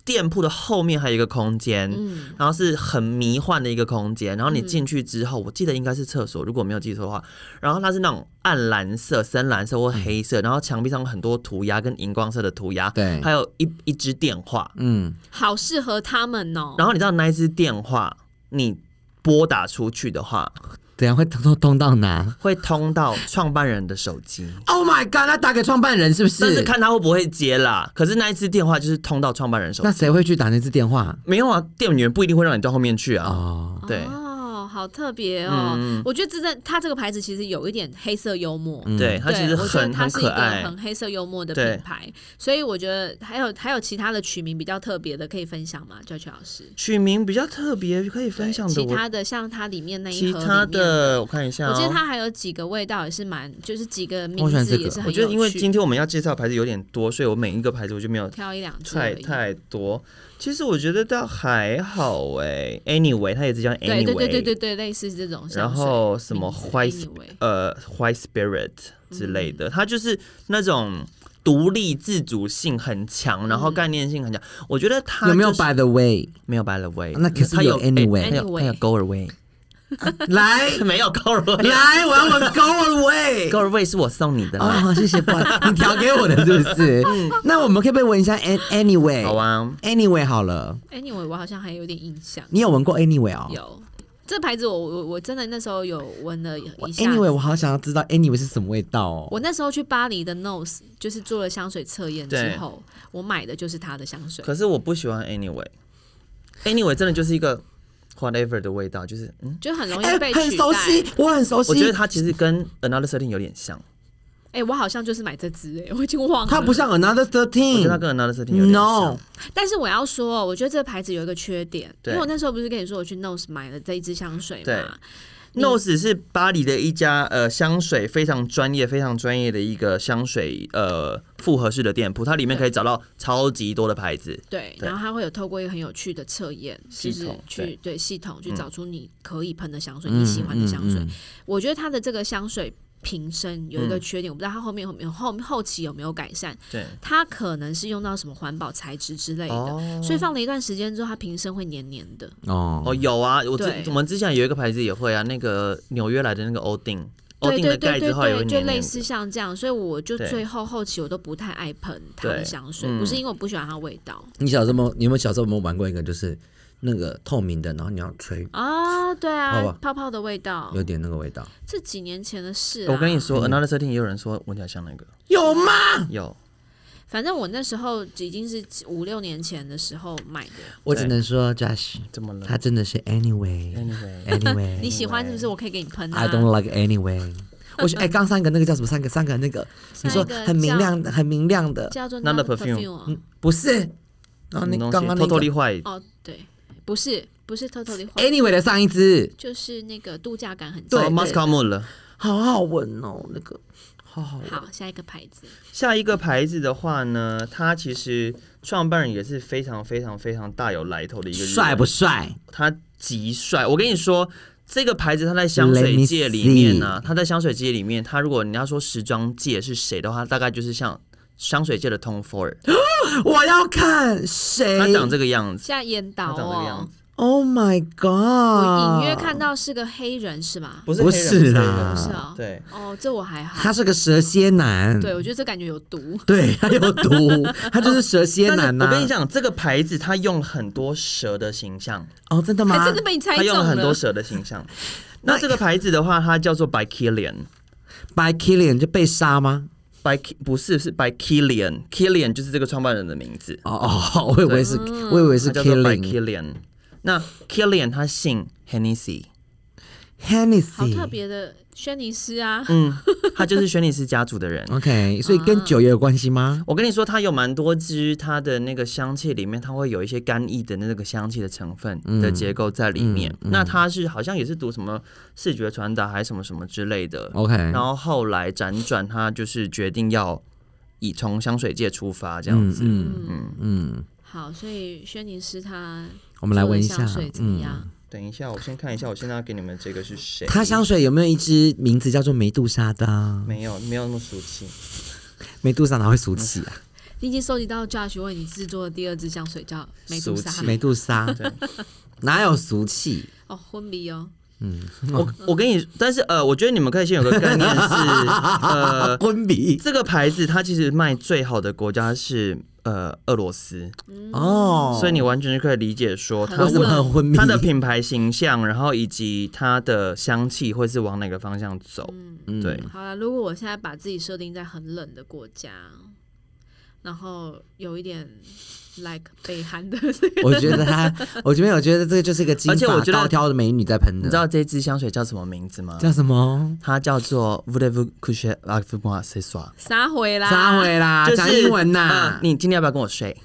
B: 店铺的后面还有一个空间，
C: 嗯
B: 然后是很迷幻的一个空间。然后你进去之后，我记得应该是厕所，如果没有记错的话。然后它是那种暗蓝色、深蓝色或黑色，然后墙壁上有很多涂鸦跟荧光色的涂鸦，
D: 对
B: 还有一一支电话。
D: 嗯，
C: 好适合他们哦。
B: 然后你知道那一支电话，你拨打出去的话，
D: 怎样会通通通到哪
B: 会通到创办人的手机。
D: ？Oh my god！那打给创办人是不
B: 但是
D: 是？
B: 看他会不会接啦。可是那一次电话就是通到创办人手
D: 那
B: 上，
D: 谁会去打那支电话？
B: 没有啊，店员不一定会让你到后面去啊。
D: 哦，
B: 对嗯
C: 哦，好特别哦。我觉得这这它这个牌子其实有一点黑色幽默。
D: 嗯
B: 对，他
C: 对
B: 其实
C: 我觉得
B: 很
C: 它
B: 很
C: 是一
B: 可
C: 个
B: 爱。
C: 很黑色幽默的
B: 对
C: 品牌，所以我觉得还有还有其他的取名比较特别的可以分享吗？教球老师，
B: 取名比较特别，可以分
C: 对
B: 享的
C: 其
B: 我。
C: 他的像它里面那一
B: 其
C: 盒
B: 他
C: 里面的，
B: 的我看一下、
C: 我
B: 哦，
C: 记得它还有几个味道也是蛮，就是几个名
D: 喜欢
C: 字
D: 这个
C: 也是很有趣。
B: 我觉得因为今天我们要介绍的牌子有点多，所以我每一个牌子我就没有
C: 挑一两支而
B: 太
C: 已，
B: 太多。其实我觉得倒还好哎、Anyway，它也是叫 Anyway。
C: 对对对对对对，类似这种香水。
B: 然后什么
C: 名字
B: White
C: anyway
B: 呃 White Spirit 之类的，它就是那种独立自主性很强，然后概念性很强。我觉得它、
D: 有没有
B: 摆
D: By the way？
B: 没有 By the way？
D: 那可是
B: 它有
D: 有 Anyway
B: 它有它有 Go Away，
D: 来
B: 没有 Go Away。
D: 来，我要闻 Go away。
B: Go away 是我送你的啦，嗯
D: 哦，谢谢，不好意思，你调给我的是不 是？那我们可不可以闻一下 An- Anyway？
B: 好啊。
D: ，Anyway 好了，
C: anyway，我好像还有点印象，
D: 你有闻过 Anyway 哦？
C: 有这牌子我，我我真的那时候有闻了
D: 我
C: 一下。
D: Anyway，我好想要知道 Anyway 是什么味道哦。
C: 我那时候去巴黎的 Nose，就是做了香水测验之
B: 对
C: 后，我买的就是它的香水。
B: 可是我不喜欢 Anyway，Anyway 真的就是一个 whatever 的味道，就是嗯，
C: 就很容
D: 哎
C: 易被取代。
D: 很熟悉，我很熟悉。
B: 我觉得它其实跟 Another Setting 有点像，
C: 哎、我好像就是买这支、哎，我已经忘了。
D: 它不像 Another
B: 我觉得它
D: Thirteen。
B: 跟 Another Setting 有点像。
D: 嗯 No，
C: 但是我要说，我觉得这个牌子有一个缺点，因
B: 对
C: 为我那时候不是跟你说我去 Nose 买了这一支香水
B: 对
C: 嘛？你
B: Nose 是巴黎的一家呃香水非常专业、非常专业的一个香水呃复合式的店铺，它里面可以找到超级多的牌子。
C: 对，
B: 对
C: 然后它会有透过一个很有趣的测验，
B: 系
C: 就是
B: 统
C: 去对系统去
B: 嗯
C: 找出你可以喷的香水，你喜欢的香
D: 嗯
C: 水。我觉得它的这个香水瓶身有一
B: 嗯
C: 个缺点，我不知道它后面有没有后后期有没有改善，
B: 对，
C: 它可能是用到什么环保材质之类的，
B: 哦
C: 所以放了一段时间之后，它瓶身会黏黏的。
B: 哦
D: 哦，
B: 有啊，我之
C: 对
B: 我们之前有一个牌子也会啊，那个纽约来的那个欧定，欧
C: 对
B: 哦定
C: 对
B: 的
C: 对
B: 盖
C: 对
B: 子后来也
C: 对，
B: 会
C: 就
B: 黏
C: 类
B: 黏
C: 似啊
B: 的。
C: 像这样，所以我就
B: 对
C: 最后后期我都不太爱喷它的
B: 对
C: 香水，
B: 嗯
C: 不是因为我不喜欢它的味道
D: 你小时候有没有你有没有小时候有没有玩过一个就是那个透明的，然后你要吹，
B: 哦
C: 啊、对
D: 好
C: 啊
D: 吧，
C: 泡泡的味道
D: 有，点那个味道，
C: 这几年前的事、啊。
B: 我跟你说，Another Setting 也有人说闻起来像那个，
D: 有吗？
B: 有
C: 反正我那时候已经是五六年前的时候买的。
B: 哦
D: 我只能说 Josh，
B: 怎么了
D: 他真的是 Anyway
B: ？Anyway，
D: Anyway。
C: 你喜欢是不是？我可以给你喷啊。
D: I don't like anyway。我选哎，刚三个那个叫什么？三个三个那个，
C: 下
D: 你
C: 一
D: 说
C: 个
D: 很明亮的，很明亮的，
C: 叫做
B: Not
C: Not
B: the perfume 嗯
C: perfume 啊
D: 不是？然后
B: 什
D: 那
B: 么东
D: 刚刚
B: 西
D: 那个
B: ？Totally White，
C: 哦，对，不是不是 totally 坏，
D: anyway 的上一支，
C: 就是那个度假感很
B: 对
C: 强。
B: 哦，Moscow Moon 了。
D: 好好闻哦，那个好好闻。
C: 好，下一个牌子，
B: 下一个牌子的话呢，它其实创办人也是非常非常非常大有来头的一个人，
D: 帅不帅？
B: 他极帅。我跟你说，这个牌子它在香水界里面呢、
D: Let me see
B: 它在香水界里面，它如果你要说时装界是谁的话，大概就是像香水界的 Tom Ford，
D: 我要看谁？
B: 他长这个样子，
C: 像眼导
B: 他长这个样
C: 哦
B: 子，，
D: Oh my God！
C: 我隐约看到是个黑人是吧？
B: 不是
D: 不
B: 黑人
D: 是
B: 黑人
D: 啦
C: 是哦，
B: 对，
C: 哦，这我还好
D: 他，是个蛇蝎男，
C: 对我觉得这感觉有 毒，
D: 对，他有毒，他就是蛇蝎
B: 但是
D: 男呐、
B: 我跟你讲，这个牌子它用很多蛇的形象，
D: 哦，真的
C: 还
D: 吗？
C: 真的被你猜
B: 它
C: 中
B: 用了很多
C: 了。
B: 蛇的形象。那这个牌子的话，它叫做 Bikilian。
D: by Killian 就被杀吗？
B: by Ki- 不是是 by Killian Killian 就是这个创办人的名字，
D: 哦哦，我以为是，
C: 嗯
D: 我以为是
B: 他叫做 by
D: Killing
B: Killian。那 Killian 他姓 Hennessy，
C: 好特
D: Hennessy。
C: 别的轩尼诗啊，
B: 嗯， 他就是轩尼诗家族的人。
D: OK，所以
B: 啊
D: 跟酒也有关系吗？
B: 我跟你说，它有蛮多支，它的那个香气里面，它会有一些干邑的那个香气的成分
D: 嗯
B: 的结构在里面。那它是好像也是读什么视觉传达还是什么什么之类的。
D: OK
B: 嗯然后后来辗转，他就是决定要以从香水界出发这样子。
D: 嗯
C: 好，所以轩尼诗它
D: 我们来闻一
C: 做
D: 下
C: 的香水，怎么
D: 嗯，
C: 样？
B: 等一下，我先看一下，我现在要给你们这个是谁？
D: 它香水有没有一支名字叫做梅杜莎的啊？
B: 没有没有那么俗 气。
D: 梅杜莎哪会俗气啊？
C: 你已经收集到 Josh 为你制作的第二支香水叫梅杜莎
B: 俗气
D: 梅杜莎
B: 对
D: 哪有俗气？
C: 哦，昏迷哦，
B: 我我跟你，但是呃，我觉得你们可以先有个概念是，呃，
D: 昏迷
B: 这个牌子它其实卖最好的国家是呃俄罗斯，嗯
D: 哦，
B: 所以你完全就可以理解说它
D: 为什么很昏迷？
B: 它的品牌形象，然后以及它的香气会是往哪个方向走。
D: 嗯
B: 对，
C: 好了，如果我现在把自己设定在很冷的国家，然后有一点 like 北韩的这个，
D: 我觉 得她，我这边我觉得这个就是一个金
B: 而且我
D: 发
B: 觉得
D: 高挑的美女在喷
B: 你
D: 的，
B: 知道这支香水叫什么名字吗？
D: 叫什么？
B: 它叫做 v o u l e v o u coucher avec moi ce soir，
C: 撒回啦，
D: 撒回啦，
B: 啊就是
D: 啊讲英文
B: 呃
D: 呐。
B: 你今天要不要跟我睡？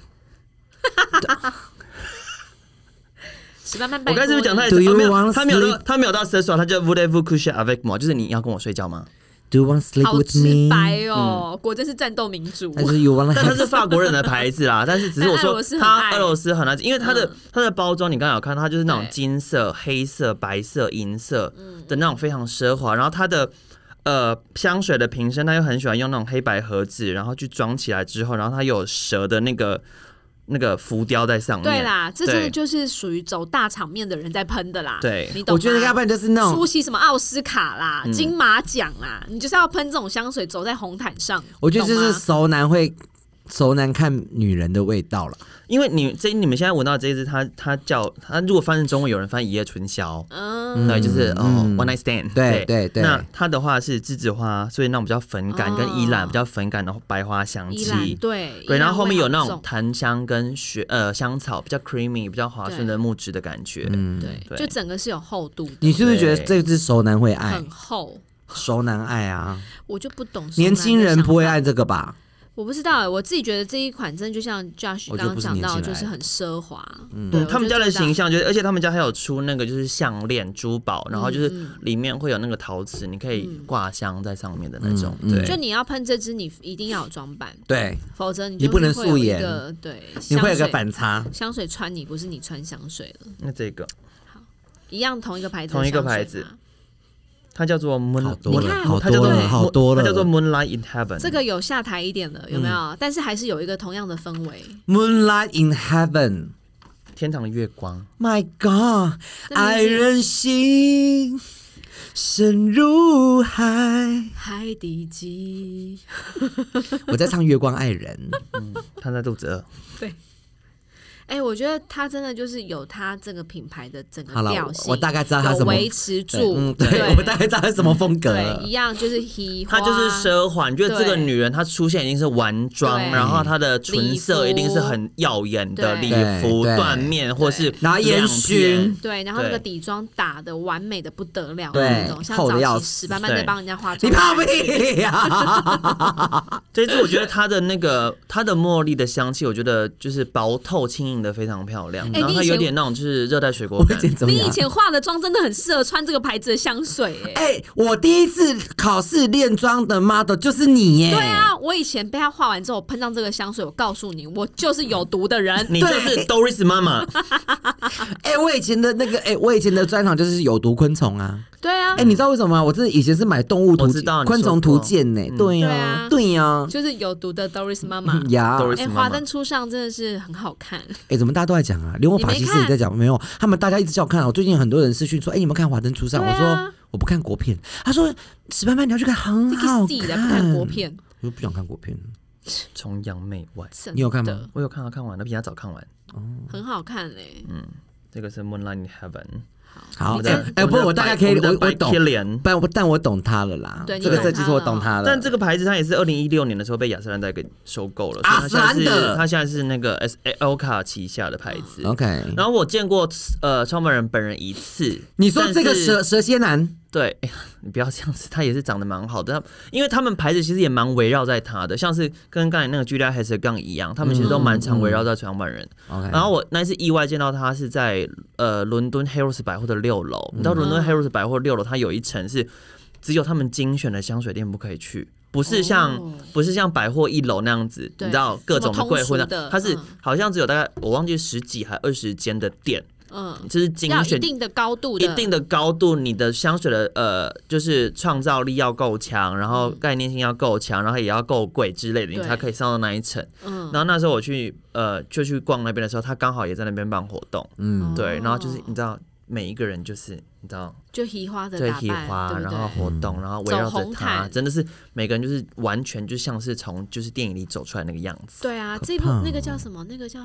C: 十八万拜
B: 我刚才
C: 托
B: 是不是讲太
D: Do
B: 早？
D: you
B: 哦没
D: want
B: 有，他没有到
D: sleep？
B: 他没有到 ce soir，他叫 v o u l e v o u coucher avec moi，就是你要跟我睡觉 吗？
D: Do you want to sleep
C: 好
D: with
C: 直
D: me？嗯
C: 白哦，果真是战斗民族。
D: 但是 You want to
B: 但它是
D: have？
B: 法国人的牌子啦，但是只是我
C: 但俄
B: 说
C: 罗斯很
B: 它
C: 爱
B: 俄罗斯很难，因为它的、
C: 嗯
B: 它的包装你刚刚有看，它就是那种
C: 对
B: 金色、黑色、白色、银色的那种非常奢华，然后它的。呃，香水的瓶身，它又很喜欢用那种黑白盒子，然后去装起来之后，然后它有蛇的那个那个浮雕在上面。
C: 对啦，这真的
B: 对
C: 就是属于走大场面的人在喷的啦。
B: 对
C: 你懂吗
D: 我觉得要不然就是那
C: 出
D: 种，嗯
C: 席什么奥斯卡啦、金马奖啦，你就是要喷这种香水，走在红毯上。
D: 我觉得就
C: 懂
D: 是
C: 吗
D: 熟男会熟男看女人的味道了。
B: 因为你这你们现在闻到这一支，它它叫它如果翻成中文，有人翻一夜春宵，
C: 嗯，
B: 对，就是哦
D: 嗯
B: ，one night stand，
D: 对对对
B: 那它的话是栀子花，所以那种比较粉感，
C: 哦
B: 跟依兰比较粉感的白花香
C: 依
B: 气
C: 兰。对，
B: 对，
C: 依
B: 然
C: 兰
B: 后后面
C: 味
B: 有那
C: 很
B: 种
C: 重
B: 檀香跟雪呃香草，比较 creamy，比较滑顺的木质的感觉。嗯，
C: 对，
B: 对
C: 就整个是有厚度的，
D: 你是不是觉得这只熟男会爱
C: 很？厚。
D: 熟男爱啊，
C: 我就不懂，
D: 年轻人不会爱，这个吧？
C: 我不知道哎、我自己觉得这一款真的就像 Josh
D: 我觉
C: 刚
D: 得
C: 刚
D: 不是
C: 讲到，
D: 年轻人
C: 就是
D: 爱
C: 很奢华。对
B: 嗯，他们家的形，
C: 我就知道
B: 象就是，而且他们家还有出那个就是项链、珠宝，然后就是
C: 嗯
B: 里面会有那个陶瓷，你可以挂香在上面的那种。
D: 嗯嗯
B: 对，
C: 就你要喷这支，你一定要有装扮，
D: 对，
C: 否则你
D: 你
C: 就
D: 不能
C: 会有
D: 素
C: 一
D: 颜
C: 个对，
D: 你会有
C: 香
D: 个
C: 水
D: 反差。
C: 香水穿你，不是你穿香水了，
B: 那这个
C: 一样同一个牌子的
B: 同一个
C: 香水
B: 牌子
C: 嘛。
B: 它叫做 Moon，
D: 好多
C: 你
D: 了，
C: 看
D: 好
B: 它叫
D: 多
B: 做
D: 了，
C: 对
D: 好多了。
B: 它叫做 Moonlight in Heaven。
C: 这个有下台一点的，有没有？
D: 嗯
C: 但是还是有一个同样的氛围。
D: Moonlight in Heaven。
B: 天堂的月光，
D: My God，
C: 这名字
D: 爱人心深 如海。
C: 海底鸡，
D: 我在唱《月光 爱人》
B: 他在肚子饿。
C: 哎、我觉得它真的就是有它这个品牌的整个
D: 好了
C: 调
D: 我
C: 性，
D: 我大概知道它
C: 有
D: 什么
C: 维持
D: 对，
C: 住，
D: 嗯，对，我大概知道它是什么风格
C: 对一
D: 了。
C: 样就是 he，
B: 她就是奢华，你觉得这个
C: 对
B: 女人她出现一定是完妆，
C: 对
B: 然后她的唇色
C: 礼服
B: 一定是很耀眼的
C: 对
B: 礼服、
D: 对
B: 缎面或是
D: 然后烟熏
B: 熏，
C: 对，然后那个
B: 对
C: 底妆打的完美的不得了，
D: 对
C: 那种像
D: 厚得
C: 早
D: 要
C: 期
D: 死
C: 史班班在
B: 对
C: 帮人家化妆，
D: 你怕屁呀、
B: 这一支我觉得她的那个她的茉莉的香气，我觉得就是薄透轻营的非常漂亮，
C: 哎
B: 然后
C: 你以
B: 它有
C: 前
B: 点那种就是热带水果
D: 我会
B: 感。
D: 剪怎么
C: 你以
D: 样？
C: 前化的妆真的很适合穿这个牌子的香水、哎、
D: 哎、我第一次考试练妆的 model 就是你耶！
C: 对，啊，我以前被他画完之后喷上这个香水，我告诉你，我就是有毒的人。
B: 你就是 Doris 妈 妈，
D: 哎、我以前的那个，哎、我以前的专场就是有毒昆虫啊！
C: 对啊
D: 哎、，你知道为什么吗？我自己以前是买动物图
B: 我知道你说
D: 昆虫图鉴呢、
B: 过
D: 对呀、啊
C: 嗯
D: 对呀、
C: 就是有毒的 Doris 妈 妈。
D: 呀！
B: Doris
D: 哎、
C: 哎，
B: 妈妈
C: 华灯初上真的是很好看。
D: 怎么大家都在讲啊？连我
C: 你没
D: 发型师也在讲，没有？他们大家一直叫我看啊。我最近有很多人私讯说，哎、你们看《华灯初上》
C: 对
D: 我
C: 啊
D: 说我不看国片。他说史班班你要去看，很
C: 你可
D: 好
C: 以自己来不看
D: 看
C: 国，片，
D: 我就不想看国片。
B: 崇洋媚外。
C: 真
D: 你有看吗
C: 的
B: 我有看到看完，那比他早看完。
C: 很好看欸嘞。
B: 这个是 Moonlight in Heaven。
D: 好，
C: 你
D: 哎、
C: 看
D: 哎、不过我大概可以，我我懂。
B: 脸。
D: 但我但我懂他了啦，
C: 对你
D: 这个
C: 懂
D: 设计
C: 他
D: 师我
C: 了
D: 懂他了。
B: 但这个牌子它也是二零一六年的时候被雅诗兰黛给收购了，
D: 啊
B: 所以它现在
D: 斯兰德
B: 是它现在是那个 S L 卡旗下的牌子。
D: 哦 OK，
B: 然后我见过呃创办人本人一次，
D: 你说这个
B: 但是
D: 蛇蛇蝎男，
B: 对，哎呀你不要这样子，他也是长得蛮好的，他因为他们牌子其实也蛮围绕在他的，像是跟刚才那个 Julia h e s s 杠一样，他们其实都蛮常围
D: 嗯
B: 绕在创办人。
D: OK，
B: 然后我那一次意外见到他是在呃伦敦 Harrods 百货的六楼，你知道伦
C: 嗯
B: 敦 Harrods 百货六楼它有一层是只有他们精选的香水店不可以去。不是像、
C: 哦
B: 不是像百货一楼那样子，
C: 对
B: 你知道各种的贵
C: 这么通俗
B: 或者
C: 的
B: 它是
C: 嗯
B: 好像只有大概我忘记十几还二十间的店，
C: 嗯，
B: 就是精
C: 要一
B: 选
C: 定的高度的，
B: 一定的高度，你的香水的呃，就是创造力要够强，然后概念性要够强，然后也要够贵之类的，你
C: 嗯对
B: 才可以上到那一层。
C: 嗯
B: 然后那时候我去呃，就去逛那边的时候，他刚好也在那边办活动，
D: 嗯，
B: 对，
C: 哦
B: 然后就是你知道。每一个人就是你知道
C: 就提花的
B: 对
C: 打扮，
B: 提花，
C: 对不
B: 然
C: 对
B: 后活动，然后围绕
C: 走
B: 着
C: 红
B: 他，
C: 毯
B: 真的是每个人就是完全就像是从就是电影里走出来那个样子。
C: 对啊，这部
D: 怕哦
C: 那个叫什么？那个叫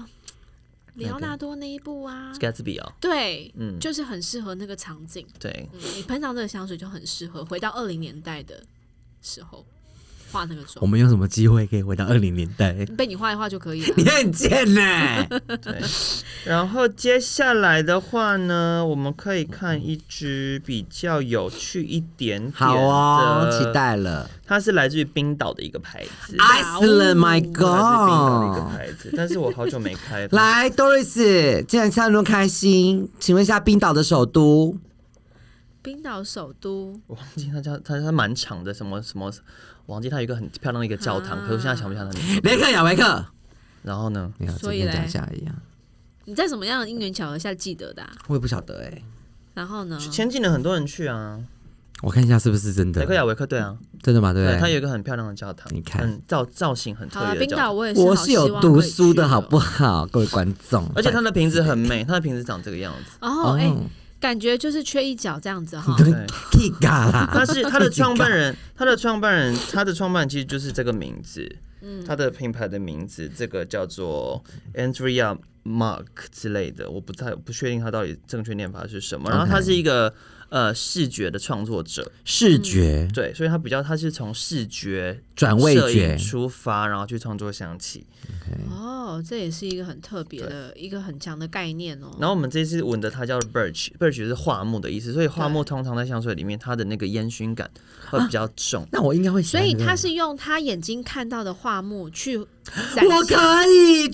C: 里奥纳多那一部啊，
B: Gatsby 哦，
C: 对，
B: 嗯，
C: 就是很适合那个场景。
B: 对，
C: 嗯，你喷上这个香水就很适合回到二零年代的时候化那个
D: 我
C: 妆，
D: 们有什么机会可以回到二零年代？
C: 被你画一画就可以了
D: 你。很贱呢、
B: 对，然后接下来的话呢，我们可以看一支比较有趣一点点的，
D: 好哦，期。待啊了
B: 它是来自于冰岛的一个牌子，
D: ，Iceland my
B: 它是冰岛的一个
D: God，
B: 牌子，但是我好久没开了。
D: 来，Doris，既然像那么开心，请问一下冰岛的首都？
C: 冰岛首都
B: 我忘记它叫它它蛮长的，什么什么，我忘记它有一个很漂亮的一个教堂，
C: 啊
B: 可是我现在想不起来它的名字。
D: 雷克雅维克，
B: 然后呢，
D: 你看
C: 所
D: 随
C: 以
D: 便讲
C: 嘞
D: 一下一样，
C: 你在什么样的因缘巧合下记得的、啊？
D: 我也不晓得哎、
C: 然后呢？
B: 前几年很多人去啊，
D: 我看一下是不是真的
B: 雷克，雅维克对啊，
D: 真的吗？对不
B: 对，
D: 对？
B: 它有一个很漂亮的教堂，
D: 你看
B: 嗯造造型很特
C: 好了，啊
B: 别的教
C: 冰岛
B: 堂，
C: 我也
D: 我
C: 好
D: 是
C: 希望可以去哦，
D: 有读书的好不好，各位观众？
B: 而且它的瓶子很美，它的瓶子长这个样子。
C: 哦，哎、感觉就是缺一角这样子 哈。
B: 对。
D: 屁嘎啊啦！
B: 他是他 的创办人，他的创办人，他的创办人其实就是这个名字，
C: 嗯
B: 他的品牌的名字，这个叫做 Andrea Mark 之类的，我不太不确定他到底正确念法是什么。然后他是一个呃视觉的创作者，
D: 视觉
B: 对，所以他比较他是从视觉
D: 转味
B: 摄影
D: 觉，
B: 出发，然后去创作香气。
C: 哦，这也是一个很特别的一个很强的概念哦。
B: 然后我们这次闻的它叫 birch，birch 是桦木的意思，所以桦木通常在香水里面它的那个烟熏感
C: 啊
B: 会比较重。
D: 那我应该会喜
C: 所
D: 欢
C: 以
D: 这个。
C: 他是用他眼睛看到的画木去展
D: 我
C: 现。
D: 可以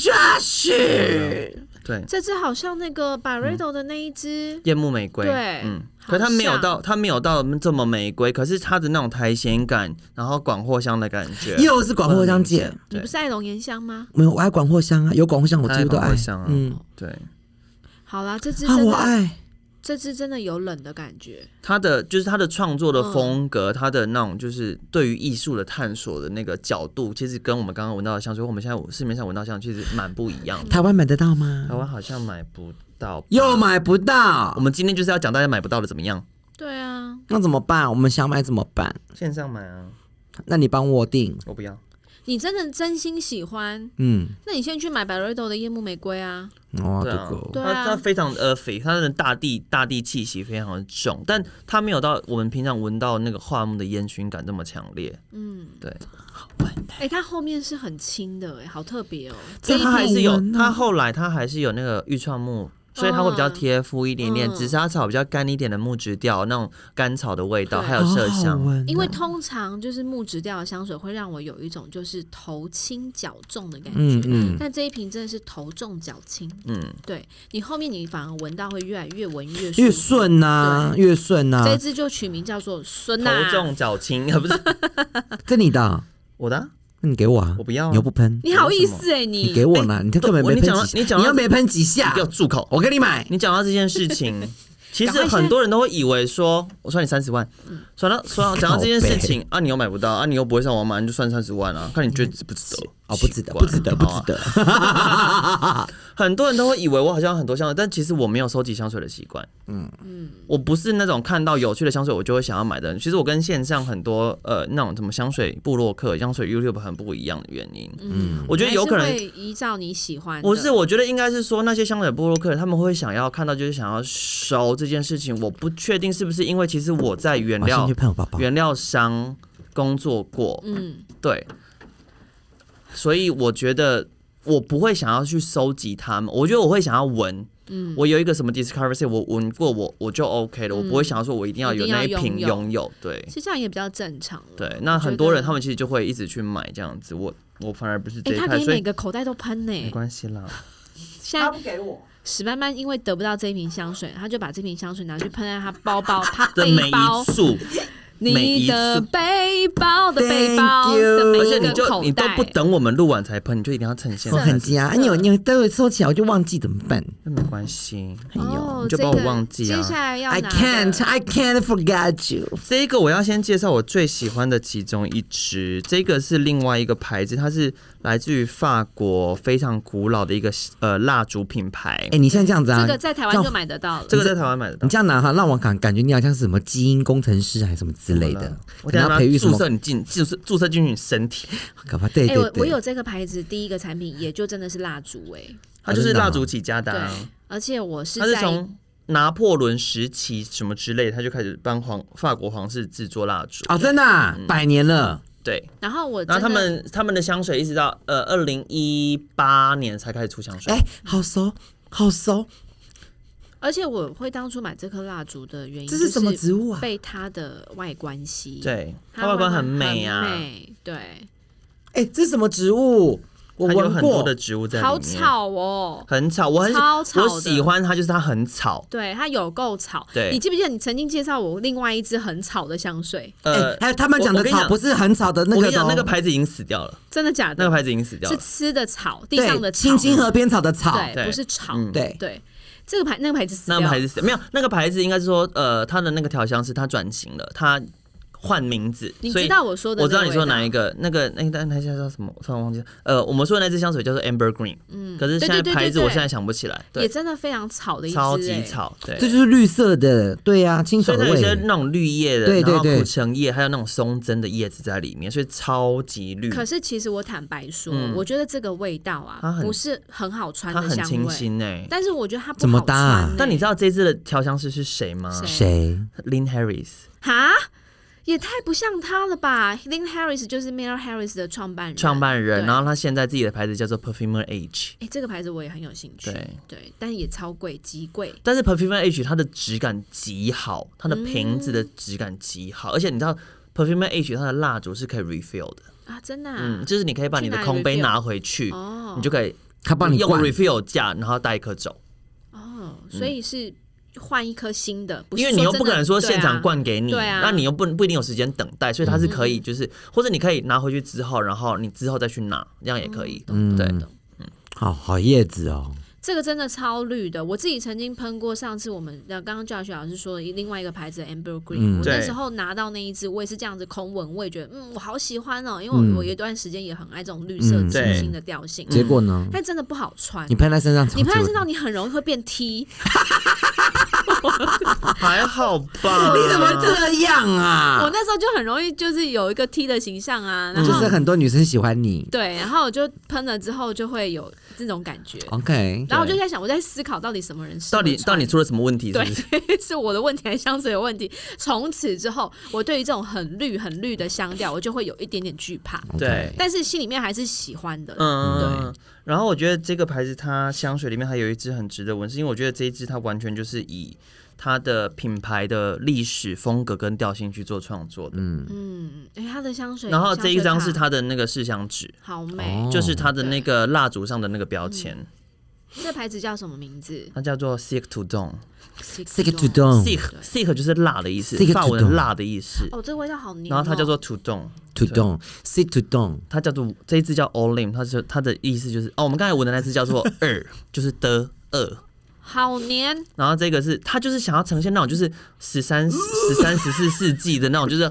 D: Josh，
B: 对，
C: 这只好像那
D: 嗯
C: 个 Barredo 的那一只，
B: 夜幕玫瑰，
C: 对
B: 嗯，
C: 好
B: 可它没有
C: 像
B: 到，它没有到这么玫瑰，可是它的那种苔藓感，然后广藿香的感觉，
D: 又是广藿香姐
B: 很明显，
C: 你
B: 对
C: 不，是爱龙涎香吗？
D: 没有我爱广藿香啊，有广藿香我几乎都
B: 它爱广
D: 爱
B: 藿香啊。
D: 嗯，
B: 对，
C: 好啦，这只
D: 啊
C: 真
D: 我
C: 的，
D: 爱，
B: 嗯
C: 这只真的有冷的感觉。
B: 它的就是它的创作的风格，它的那种就是对于艺术的探索的那个角度，其实跟我们刚刚闻到的香水，或我们现在市面上闻到的香水其实蛮不一样 的。
D: 台湾买得到
B: 台
D: 吗？
B: 湾好像买不到，
D: 又。买不到
B: 我，们今天就是要讲大家买不到的怎么样，
C: 对啊，
D: 那怎么办？我们想买怎么办？
B: 线上买啊，
D: 那你帮我订，
B: 我不要。
C: 你真的真心喜欢，
D: 嗯，
C: 那你先去买 Barredo 的夜幕玫瑰啊。
D: 哦，
B: 对
D: 这
B: 啊，
D: 个
C: 对
B: 它它非常的 earthy，它的大地大地气息非常的重，但它没有到我们平常闻到那个桦木的烟熏感这么强烈。
C: 嗯，
B: 对，
C: 哎、它后面是很轻的、哎，好特别哦。
B: 所以它还是
D: 好
B: 有
D: 闻，哦哦
B: 它后来它还是有那个愈创木所以它会比较
C: 嗯
B: 贴肤一点点。紫砂草比较干一点的木质调，那种甘草的味道，
C: 对
B: 还有麝香。
D: 啊
C: 因为通常就是木质调的香水会让我有一种就是头轻脚重的感觉，
D: 嗯嗯，
C: 但这一瓶真的是头重脚轻，
B: 嗯，
C: 对你后面你反而闻到会越来越闻越舒服
D: 越。顺呐，越顺啊呐
C: 这一，支就取名叫做“孙
B: 啊
C: 啊
B: 头
C: 娜”，
B: 重脚轻， 不是
D: 这你的啊，
B: 我的啊、
D: 那你给我啊
B: 我，不要、啊。
D: 你又不喷，
C: 你好意思哎、
D: 你
C: 你
D: 给我呢，你根本没
B: 你
D: 喷
B: 讲到
D: 几下，
B: 你讲到
D: 要没喷几
B: 你
D: 下
B: 给，我住口！
D: 我给你买。
B: 你讲到这件事 情，其
C: 赶快
B: 实
C: 先
B: 很多人都会以为说，我算你三十万，
D: 嗯
B: 算到算到讲到这件事情啊，你又买不到啊，你又不会上网买，你就算三十万啊，看你觉得值不值得？
D: 哦，不值得，
B: 奇怪
D: 不值得，不值。
B: 好啊
D: 得。
B: 很多人都会以为我好像很多香水，但其实我没有收集香水的习惯。嗯嗯，我不是那种看到有趣的香水我就会想要买的人。其实我跟线上很多呃那种什么香水部落客、香水 YouTube 很不一样的原因。
C: 嗯，
B: 我觉得有可能
C: 还是会依照你喜欢的。
B: 不是，我觉得应该是说那些香水部落客人，他们会想要看到，就是想要收这件事情。我不确定是不是因为其实我在原
D: 我
C: 啊
D: 先
B: 料
D: 去喷我包包。
B: 原料商工作过，
C: 嗯，
B: 对，所以我觉得我不会想要去收集它们，我觉得我会想要闻。嗯，我有一个什么 discovery，set，我闻过我我就 OK 了，我不会想要说我一定要有那
C: 嗯一定要
B: 瓶
C: 拥有
B: 拥有，对
C: 其实这样也比较正常了。
B: 对。那很多人他
C: 们
B: 们其实就会一直去买这样子，我我反而不是这
C: 哎、
B: 一
C: 他
B: 派，
C: 给
B: 所
C: 每
B: 以
C: 个口袋都喷呢、
B: 没关系啦。
C: 现在史曼曼因为得不到这瓶香水，他就把这瓶香水拿去喷在他 包包、他
B: 的每
C: 背包
B: 一、束，每一
C: 你的
B: 束
C: 背包的背包
D: Thank you
C: 的每
B: 而且
C: 一
B: 你
C: 个
B: 就
C: 口
B: 你都
C: 袋
B: 不。等我们录完才喷，你就一定要趁现
D: 我
B: 在。
D: 很急啊！你有你有待会收起来我就忘记怎么办
B: 那没关系，
D: 哎呦
C: 哦，
B: 你就把
C: 这个
B: 我忘记啊
C: 接下来要
D: ？I
C: 拿
D: can't,
C: 的
D: I can't forget you。
B: 这一个我要先介绍我最喜欢的其中一支，这个是另外一个牌子，它是来自于法国非常古老的一个呃蜡烛品牌
D: 哎，。你现在这样子啊？
C: 这个在台湾
D: 让
C: 就买得到了。
B: 这个在台湾买得到
D: 你，这样拿哈，让我感感觉你好像是什么基因工程师还是什么之类
B: 怎么
D: 的
B: 了，我
D: 可
B: 等下
D: 能要
B: 把
D: 培育
B: 它
D: 什么
B: 注？射你进注射注射进去你身体，
D: 搞不好对
C: 哎、
D: 对
C: 我我
D: 对
C: 有，这个牌子第一个产品，也就真的是蜡烛哎、
B: 它就是
D: 真的啊
B: 蜡烛起家的啊、
C: 对，而且我是
B: 它是
C: 在
B: 从拿破仑时期什么之类，他就开始帮皇法国皇室制作蜡烛。
D: 哦，真的啊
B: 嗯
D: 百年了，
B: 对，
C: 然后我
B: 然后他
C: 真的
B: 们他们的香水一直到呃二零一八年才开始出香水。
D: 哎，好熟，好熟，
C: 而且我会当初买这颗蜡烛的原因，
D: 这是什么植物啊？
C: 被它的外观吸，，
B: 对，它
C: 它
B: 外
C: 的
B: 观很
C: 很
B: 美啊，
C: 美对，
D: 哎，这是什么植物？我
B: 它有
D: 闻
B: 很多
D: 过
B: 的，植物在里面。
C: 好，吵哦，
B: 很吵，我很喜
C: 超吵的
B: 我喜欢它就是它很吵。
C: 对，它有够吵。
B: 对
C: 你记不记得你曾经介绍我另外一支很吵的香水？
B: 呃
D: 哎，，还有他们讲的
B: 我跟你
D: 草
B: 讲
D: 不是很草的那
B: 我
D: 个
B: 跟你
D: 的
B: 讲，
D: 哦，
B: 那个牌子已经死掉了，
C: 真的假
B: 那
C: 的？
B: 个牌子已经死掉
C: 是
B: 了。
C: 吃的草，地上的
D: 对，
C: 草，
D: 青青河边草的草，
C: 对，
B: 对
C: 不是吵，
B: 嗯
D: 对
C: 对。这个牌那个牌子死
B: 那
C: 掉
B: 个
C: 了，
B: 牌子死没有，那个牌子应该是说，呃，它的那个调香师他转型了，他换名字，
C: 你
B: 所以
C: 知道我说的，
B: 我知道你说哪一
C: 个
B: 个，那个那个但那叫什么，我突然忘记了。呃，我们说的那支香水叫做 Amber Green，嗯，可是现在
C: 对对对
B: 牌子
C: 对对
B: 我现在想不起来，对，
C: 也真的非常吵的一支、
B: 超级
C: 哎，
B: 吵，嗯对，
D: 这就是绿色的，对呀，清
B: 所
D: 爽
B: 以
D: 的
B: 它有一些
D: 味。
B: 那种绿叶的，
D: 对对
B: 然后
D: 对
B: 苦橙叶，还有那种松针的叶子在里面，所以超级绿，
C: 可是其实我坦白说，
B: 嗯
C: 我觉得这个味道
B: 它
C: 啊，
B: 很
C: 不是很好穿
B: 它
C: 的
B: 很
C: 香
B: 清
C: 味。
B: 新哎。
C: 但是我觉得它不
D: 怎么
C: 好
D: 搭啊
C: 穿欸
B: 但你知道这支的调香师是谁吗
C: 谁
D: 谁？
B: ？Lin Harris
C: 哈，也太不像他了吧？Lin Harris 就是 Miller Harris 的创办人，
B: 创办人，
C: 对
B: 然后他现在自己的牌子叫做 Perfumer H，
C: 哎、这个牌子我也很有兴趣，
B: 对
C: 但也超贵，极贵。
B: 但是 Perfumer H 它的质感极好，它
C: 嗯
B: 的瓶子的质感极好，而且你知道 Perfumer H 它的蜡烛是可以 refill 的，
C: 啊，真的、啊，
B: 嗯，就是你可以把你的
C: 去哪里
B: 空杯
C: refill？
B: 拿回去，
C: 哦
B: 你就可以
D: 他帮你
B: 用
D: 灌
B: refill 架，然后带一颗走，
C: 哦，所以是换一颗新的，啊不是
B: 因为你又不可能说
C: 真的
B: 现场，灌给你，
C: 对啊
B: 那你又不不一定有时间等待，所以它是可以就是，或者你可以拿回去之后，然后你之后再去拿，这样也可以，
C: 对啊
B: 对
C: 懂。懂
D: 好好叶子哦，
C: 这个真的超绿的，我自己曾经喷过。上次我们的刚刚 Josh 老师说的另外一个牌子的 Amber Green，、
D: 嗯
C: 我那
B: 对
C: 时候拿到那一支，我也是这样子空闻，我也觉得嗯，我好喜欢哦，因为我、
D: 嗯
C: 我有一段时间也很爱这种绿色
D: 嗯
C: 清新
B: 对
C: 的调性，
D: 结果呢？
C: 但真的不好穿
D: 你。喷在身上，
C: 你喷在身上，你很容易会变 T，
B: 还好吧？
D: 你怎么这样
C: 我
D: 啊？
C: 那时候就很容易就是有一个 T 的形
B: 嗯
C: 象啊，然
D: 就
C: 后、
D: 是很多女生喜欢你
C: 对，然后我就喷了之后就会有这种感觉，
D: ，OK？
C: 然后我就在想，我在思考到底什么人适合
B: 哦到底
C: 穿
B: 到底出了什么问题？是
C: 对
B: 不是？，
C: 是我的问题还是香水有问题？从此之后，我对于这种很绿、很绿的香调，我就会有一点点惧怕，
B: 对
C: 但是心里面还是喜欢的。
B: 嗯，然后我觉得这个牌子它香水里面还有一支很值得闻，是因为我觉得这一支它完全就是以它的品牌的历史风格跟调性去做创作的。
C: 嗯，哎，它的香水，
B: 然后这一张是哦
C: 香水哦卡
B: 它的那个试香纸，
C: 好美，
B: 就是它的那个蜡烛上的那个标
C: 嗯
B: 签，
C: 这牌子叫什么名字
B: 它叫做 Sick to d o n
D: Sick to
C: Dome
D: Dawn
B: Sick Sick 就是辣的意思
D: Sick，to
B: 法文
D: dawn
B: 辣的意思。
C: 哦，这个味道好黏哦。
B: 然后它叫做 to d o n
D: to dawn sit to dawn，
B: 它叫做这一支叫 Olim，它是它的意思就是哦，我们刚才闻的那支叫做二，就是的二。
C: 好黏，
B: 然后这个是它就是想要呈现那种就是十三、十三、十四世纪的那种，就是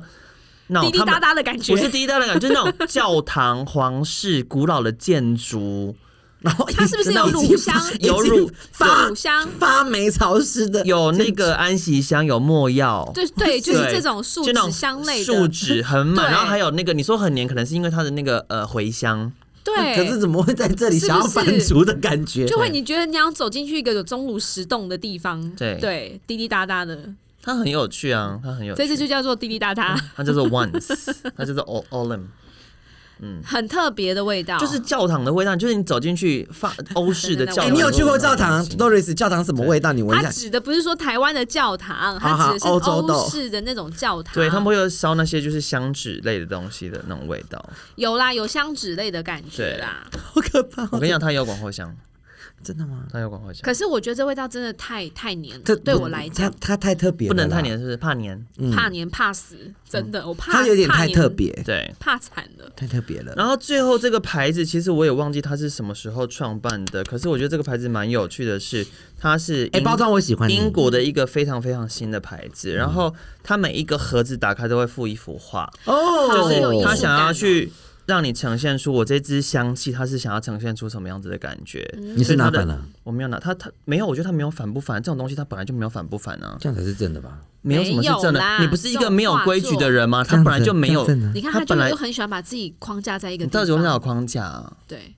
B: 那
C: 滴
B: 种
C: 滴
B: 他们
C: 答答的感觉
B: 不。是滴答的感觉，就是那种教堂、 皇室、古老的建筑，
D: 然后
C: 它是不是有乳香
B: 有乳
D: 发
C: 乳香
D: 发霉潮湿的？
B: 有那个安息香，有没药，
C: 对对，就是
B: 对
C: 这种树
B: 就那
C: 脂
B: 种
C: 香类的，
B: 树脂很满，
C: 对
B: 然后还有那个你说很黏，可能是因为它的那个呃茴香，
C: 对，
D: 可是怎么会在这里
C: 是不
D: 想要
C: 是
D: 反刍的感觉？
C: 就会你觉得你要走进去一个有钟乳石洞的地方，
B: 对
C: 对，滴滴答答的，
B: 它很有趣
D: 嗯
B: 啊，它很有
C: 这
B: 趣，
C: 次就叫做滴滴答答，
B: 它叫做 Once，它叫 做 O Olim。
D: 哦
C: 很特别的味
B: 嗯
C: 道，
B: 就是教堂的味道，就是你走进去 法欧式的教
D: 哎、
B: 堂。
D: 你有去过教堂
B: 对
D: ？Doris 教堂什么味道？你闻一
C: 它
D: 下。
C: 指的不是说台湾的教堂，
B: 啊
D: 好
C: 它
D: 好
C: 指的是
B: 哦
D: 欧洲豆
C: 欧式的那种教堂，
D: 啊
B: 对他们会有烧那些就是香纸类的东西的那种味 道。
C: 有啦，有香脂类的感觉
B: 对
C: 啦。
D: 好可怕、
B: 我跟你讲，它也有广藿香，
D: 真的吗？
B: 它也有广藿香，
C: 可是我觉得这味道真的太太黏
D: 这
C: 了，对
B: 嗯
C: 我来讲
D: 它它太特别，
B: 不能太。黏，是不是？怕黏。
C: 怕黏怕死，真
B: 嗯
C: 的我怕
D: 它有点
C: 怕
D: 太
C: 黏
D: 特别，
B: 对。
C: 怕惨了。
D: 太特别了。
B: 然后最后这个牌子，其实我也忘记它是什么时候创办的，可是我觉得这个牌子蛮有趣的是，它是
D: 哎、
B: 英
D: 包装我喜欢
B: 英国的一个非常非常新的牌子，然后它每一个盒子打开都会附一幅画，
D: 哦，
C: 就是有艺术
B: 他
C: 感
B: 想要去让你呈现出我这支香气，他是想要呈现出什么样子的感觉？
D: 嗯你是啊拿
B: 所以
D: 反
B: 他的
D: 了，
B: 我没有拿他，他没有，我觉得他没有反不反这种东西，他本来就没有反不反啊，
D: 这样才是真的吧？
B: 没有什么是真
C: 没有
B: 的
C: 啦。
B: 你不是一个没有规矩的人吗？
D: 这
B: 他
D: 样
B: 本来就没有
D: 子这，样真的
C: 你看，
B: 他
C: 他就
B: 本来
C: 又很喜欢把自己框架在一个
B: 你
C: 地
B: 到底有没有
C: 方。
B: 框架啊？
C: 对，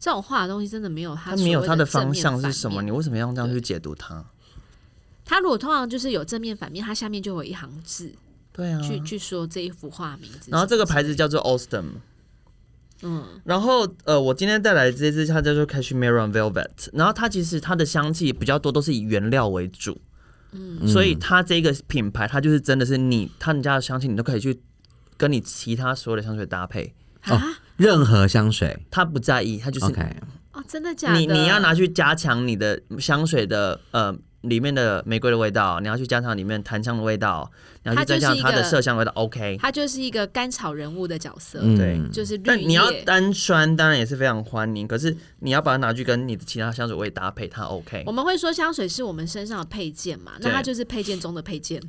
C: 这种画的东西真的没有他
B: 他没有
C: 所谓
B: 他
C: 的
B: 的
C: 正
B: 方
C: 面
B: 向
C: 反
B: 是什么？
C: 面
B: 你为什么要这样去解读它？
C: 他如果通常就是有正面反面，他下面就有一行字
B: 对啊，
C: 去去说这一幅画名字。
B: 然后这个牌子，叫做 Ostem。
C: 嗯，
B: 然后呃，我今天带来的这支它叫做 Cashmere on Velvet，然后它其实它的香气比较多都是以原料为主，嗯，所以它这个品牌它就是真的是你他们家的香气你都可以去跟你其他所有的香水搭配，
C: 啊，
D: 任何香水
B: 它不在意，它就是
D: OK，
C: 哦，真的假的？
B: 你你要拿去加强你的香水的呃。里面的玫瑰的味道，你要去加强里面檀香的味道，然后
C: 它
B: 去加
C: 就是
B: 强
C: 一
B: 它的
C: 个
B: 麝香味道。OK，
C: 他就是一个甘草人物的角色，
D: 嗯
B: 对
C: 就是绿
B: 但你要
C: 叶
B: 单穿，当然也是非常欢迎。可是你要把它拿去跟你的其他香水味搭配，它 OK
C: 我。们会说香水是我们身上的配件嘛，那
B: 对
C: 它就是配件中的配件。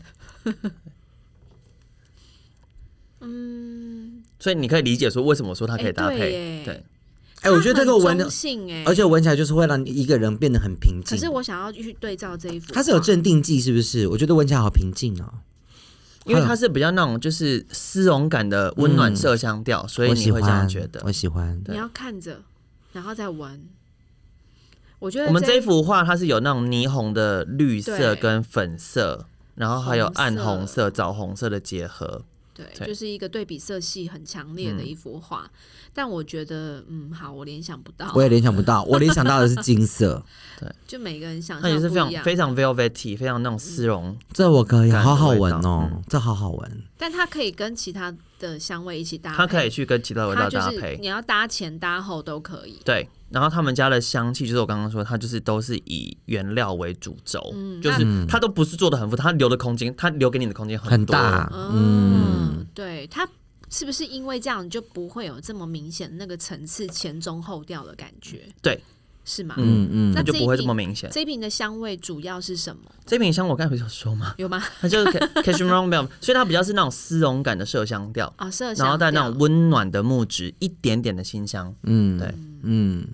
B: 所以你可以理解说为什么我说它可以搭
C: 哎对
B: 配
C: 耶。
B: 对，
D: 哎、我觉得这个
C: 它很
D: 闻的
C: 中，性哎、
D: 而且闻起来就是会让一个人变得很平
C: 可
D: 静。
C: 是我想要去对照这一幅画，
D: 它是有镇定剂是不是？我觉得闻起来好平静哦。
B: 因为它是比较那种就是丝绒感的温暖麝香调，所以
D: 我
B: 你
D: 喜
B: 会这样
D: 欢，
B: 觉得
D: 我。喜欢。
C: 你要看着，然后再闻。我觉得
B: 我们
C: 这
B: 这一幅画它是有那种霓虹的绿色
C: 对
B: 跟粉色，然后还有暗红
C: 红
B: 色、
C: 色
B: 枣红色的结合。
C: 对，
B: 对嗯
C: 就是一个对比色系很强烈的一幅画。但我觉得，嗯，好，我联想不到
D: 我，也联想不到，我联想到的是金 色，
C: 就每个人想
B: 它
C: 象
B: 也
C: 不
B: 是
C: 一
B: 非
C: 样嗯
B: 常。非常 velvety，非常那种丝绒。
D: 这我可以，
B: 感觉
D: 好好闻
B: 味道
D: 哦，这好好闻。
C: 但它可以跟其他的香味一起搭配，
B: 它可以去跟其他味
C: 它
B: 道
C: 就
B: 搭
C: 是
B: 配
C: 你。要搭前搭后都可以。
B: 对，然后他们家的香气，就是我刚刚说，它就是都是以原料为主轴，
C: 嗯
B: 就是它都不是做的很复杂，它留的空间，它留给你的空间
D: 很
B: 多
D: 大，
C: 嗯，对，它是不是因为这样你就不会有这么明显那个层次前中后调的感觉？
B: 嗯对，
C: 是吗？
B: 嗯
D: 嗯
C: 那
B: 它就
C: 这一
B: 不会
C: 瓶
B: 这么明显。
C: 这一瓶的香味主要是什么？
B: 这瓶香我刚才不是有说吗？
C: 有吗？
B: 它就是 cashmere o n velvet，所以它比较是那种丝绒感的麝香调，
C: 啊、麝香，
B: 然后带那种，温暖的木质，一点点的馨香。
D: 嗯，
B: 对，
D: 嗯，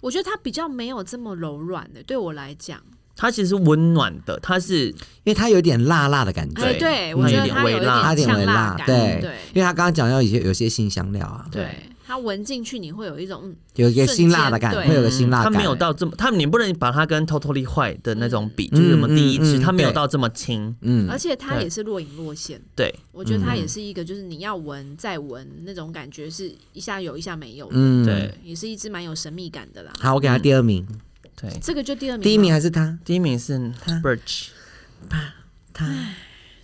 C: 我觉得它比较没有这么柔软的，对我来讲，
B: 它其实是温暖的，它是
D: 因为它有点辣辣的感觉，
C: 哎，
B: 对
C: 对
B: 它
C: 我觉
B: 有
C: 得
B: 点
C: 它
B: 微
C: 有一
B: 辣
D: 它有
C: 点
D: 点
C: 呛
D: 微辣，
C: 感，
D: 对，
C: 对
D: 因为它刚刚讲到有些有些新香料啊，
C: 对，它闻进去你会有一种嗯
D: 有一个辛辣的
C: 瞬间
D: 感，
C: 对
D: 会有个辛辣
B: 它
D: 感。
B: 没有到这么，它你不能把它跟 Totally 坏的那种比，就是什么第一支，
D: 嗯嗯
B: 它没有
D: 对
B: 到这么轻。
D: 嗯，
C: 而且它
B: 对
C: 也是若隐若现。
B: 对，
C: 我觉得它也是一个，就是你要闻再闻那种感觉，是一下有一下没有的，
D: 嗯，
B: 对
C: 也是一支蛮有神秘感的啦。
D: 好，我给他第二名，
C: 嗯
B: 对，
C: 这个就第二名吗，
D: 第一名还是他，
B: 第一名是 Birch，
D: 他。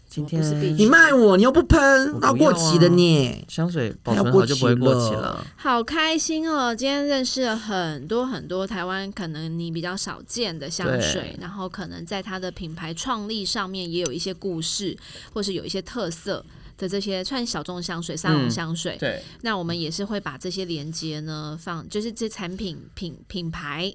B: 今
C: 不是
B: 天
C: Birch
D: 你卖我，你又不喷
B: 我，不
D: 那过期的
C: 啊
D: 呢。
B: 香水保存好就不会过期了。
C: 好开心哦！今天认识了很多很多台湾可能你比较少见的香水
B: 对，
C: 然后可能在它的品牌创立上面也有一些故事，或是有一些特色的这些串小众香水、沙龙香水。
B: 对，
C: 那我们也是会把这些连接呢放，就是这产品品品牌，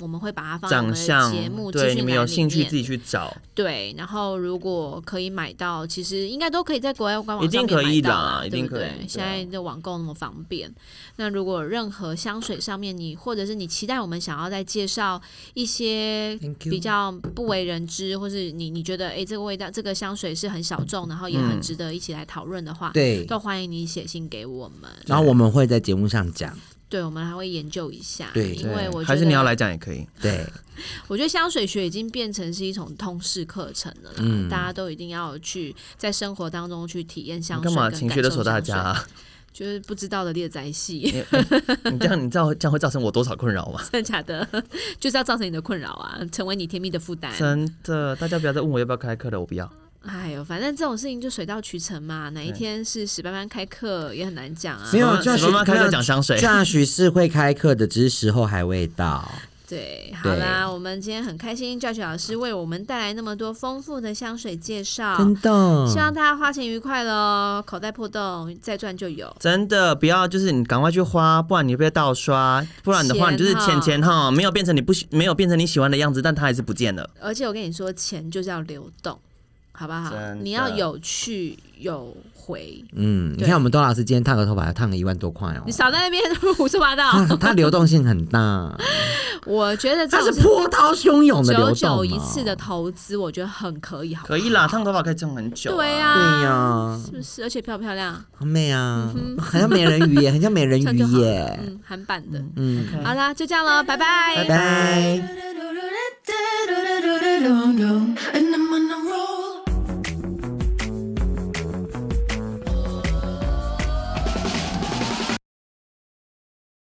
C: 我们会把它放在我
B: 长
C: 们的
B: 相
C: 节目资
B: 对
C: 讯
B: 你
C: 栏
B: 们有兴
C: 里
B: 趣
C: 面
B: 自己去找，
C: 对，然后如果可以买到，其实应该都可以在国外官网
B: 一定
C: 上面
B: 可以
C: 买到
B: 啦
C: 啦
B: 一
C: 对
B: 定
C: 不
B: 可以
C: 对
B: 对啊
C: 现在的网购那么方便，那如果有任何香水上面你，或者是你期待我们想要再介绍一些
D: Thank you
C: 比较不为人知，或是你你觉得诶这个味道这个香水是很小众，然后也很
B: 嗯
C: 值得一起来讨论的话，
D: 对
C: 都欢迎你写信给我们，
D: 然后我们会在节目上讲，
C: 对我们还会研究一下，
D: 对
C: 因为我觉
B: 还
C: 得
B: 是你要来讲也可以。
D: 对，
C: 我觉得香水学已经变成是一种通识课程了啦，
D: 嗯
C: 大家都一定要去在生活当中去体验香
B: 你干
C: 水，
B: 嘛情绪勒索大家？啊？
C: 就是不知道的猎宅系，
B: 你 这样你知道这样会造成我多少困扰吗？
C: 真的假的？ 就是要造成你的困扰啊，成为你甜蜜的负担。
B: 真的，大家不要再问我要不要开课了，我不要。
C: 哎呦，反正这种事情就水到渠成嘛，哪一天是史班班开课也很难讲啊
D: 没。有
B: 妈
D: 就
B: 哦妈妈开课讲 香水，
D: 下许是会开课的，只是时候还未到。
C: 对，好啦，我们今天很开心，Judge 老师为我们带来那么多丰富的香水介绍，
D: 真的，
C: 希望大家花钱愉快喽，口袋破洞再赚就有。
B: 真的不要，就是你赶快去花，不然你被盗刷，不然的话
C: 钱
B: 你就是钱
C: 哈
B: 钱哈，没有变成你不喜，没有变成你喜欢的样子，但它还是不见了。
C: 而且我跟你说，钱就是要流动，好不好
B: 真？的
C: 你要有去有回，
D: 嗯，你
C: 对
D: 看我们董老师今天烫个头发，烫了一万多块哦
C: 你。少在那边 胡说八道。
D: 它它流动性很大，
C: 我觉得这
D: 它是
C: 种
D: 波涛汹涌的流
C: 久
D: 动。
C: 久一次的，投资，我觉得很可以，好不好
B: 可以啦，烫头发可以烫很久、啊
C: 对
B: 呀、
C: 呀、
D: 对呀、
C: 是不是？而且漂不漂亮？
D: 好美啊， 好像美人鱼耶，很像美人
C: 这样
D: 鱼
C: 就好了，
D: 耶。
C: 嗯，韩版的。
D: 嗯，
C: 好啦，就这样了，拜拜
D: 拜拜。
A: Bye.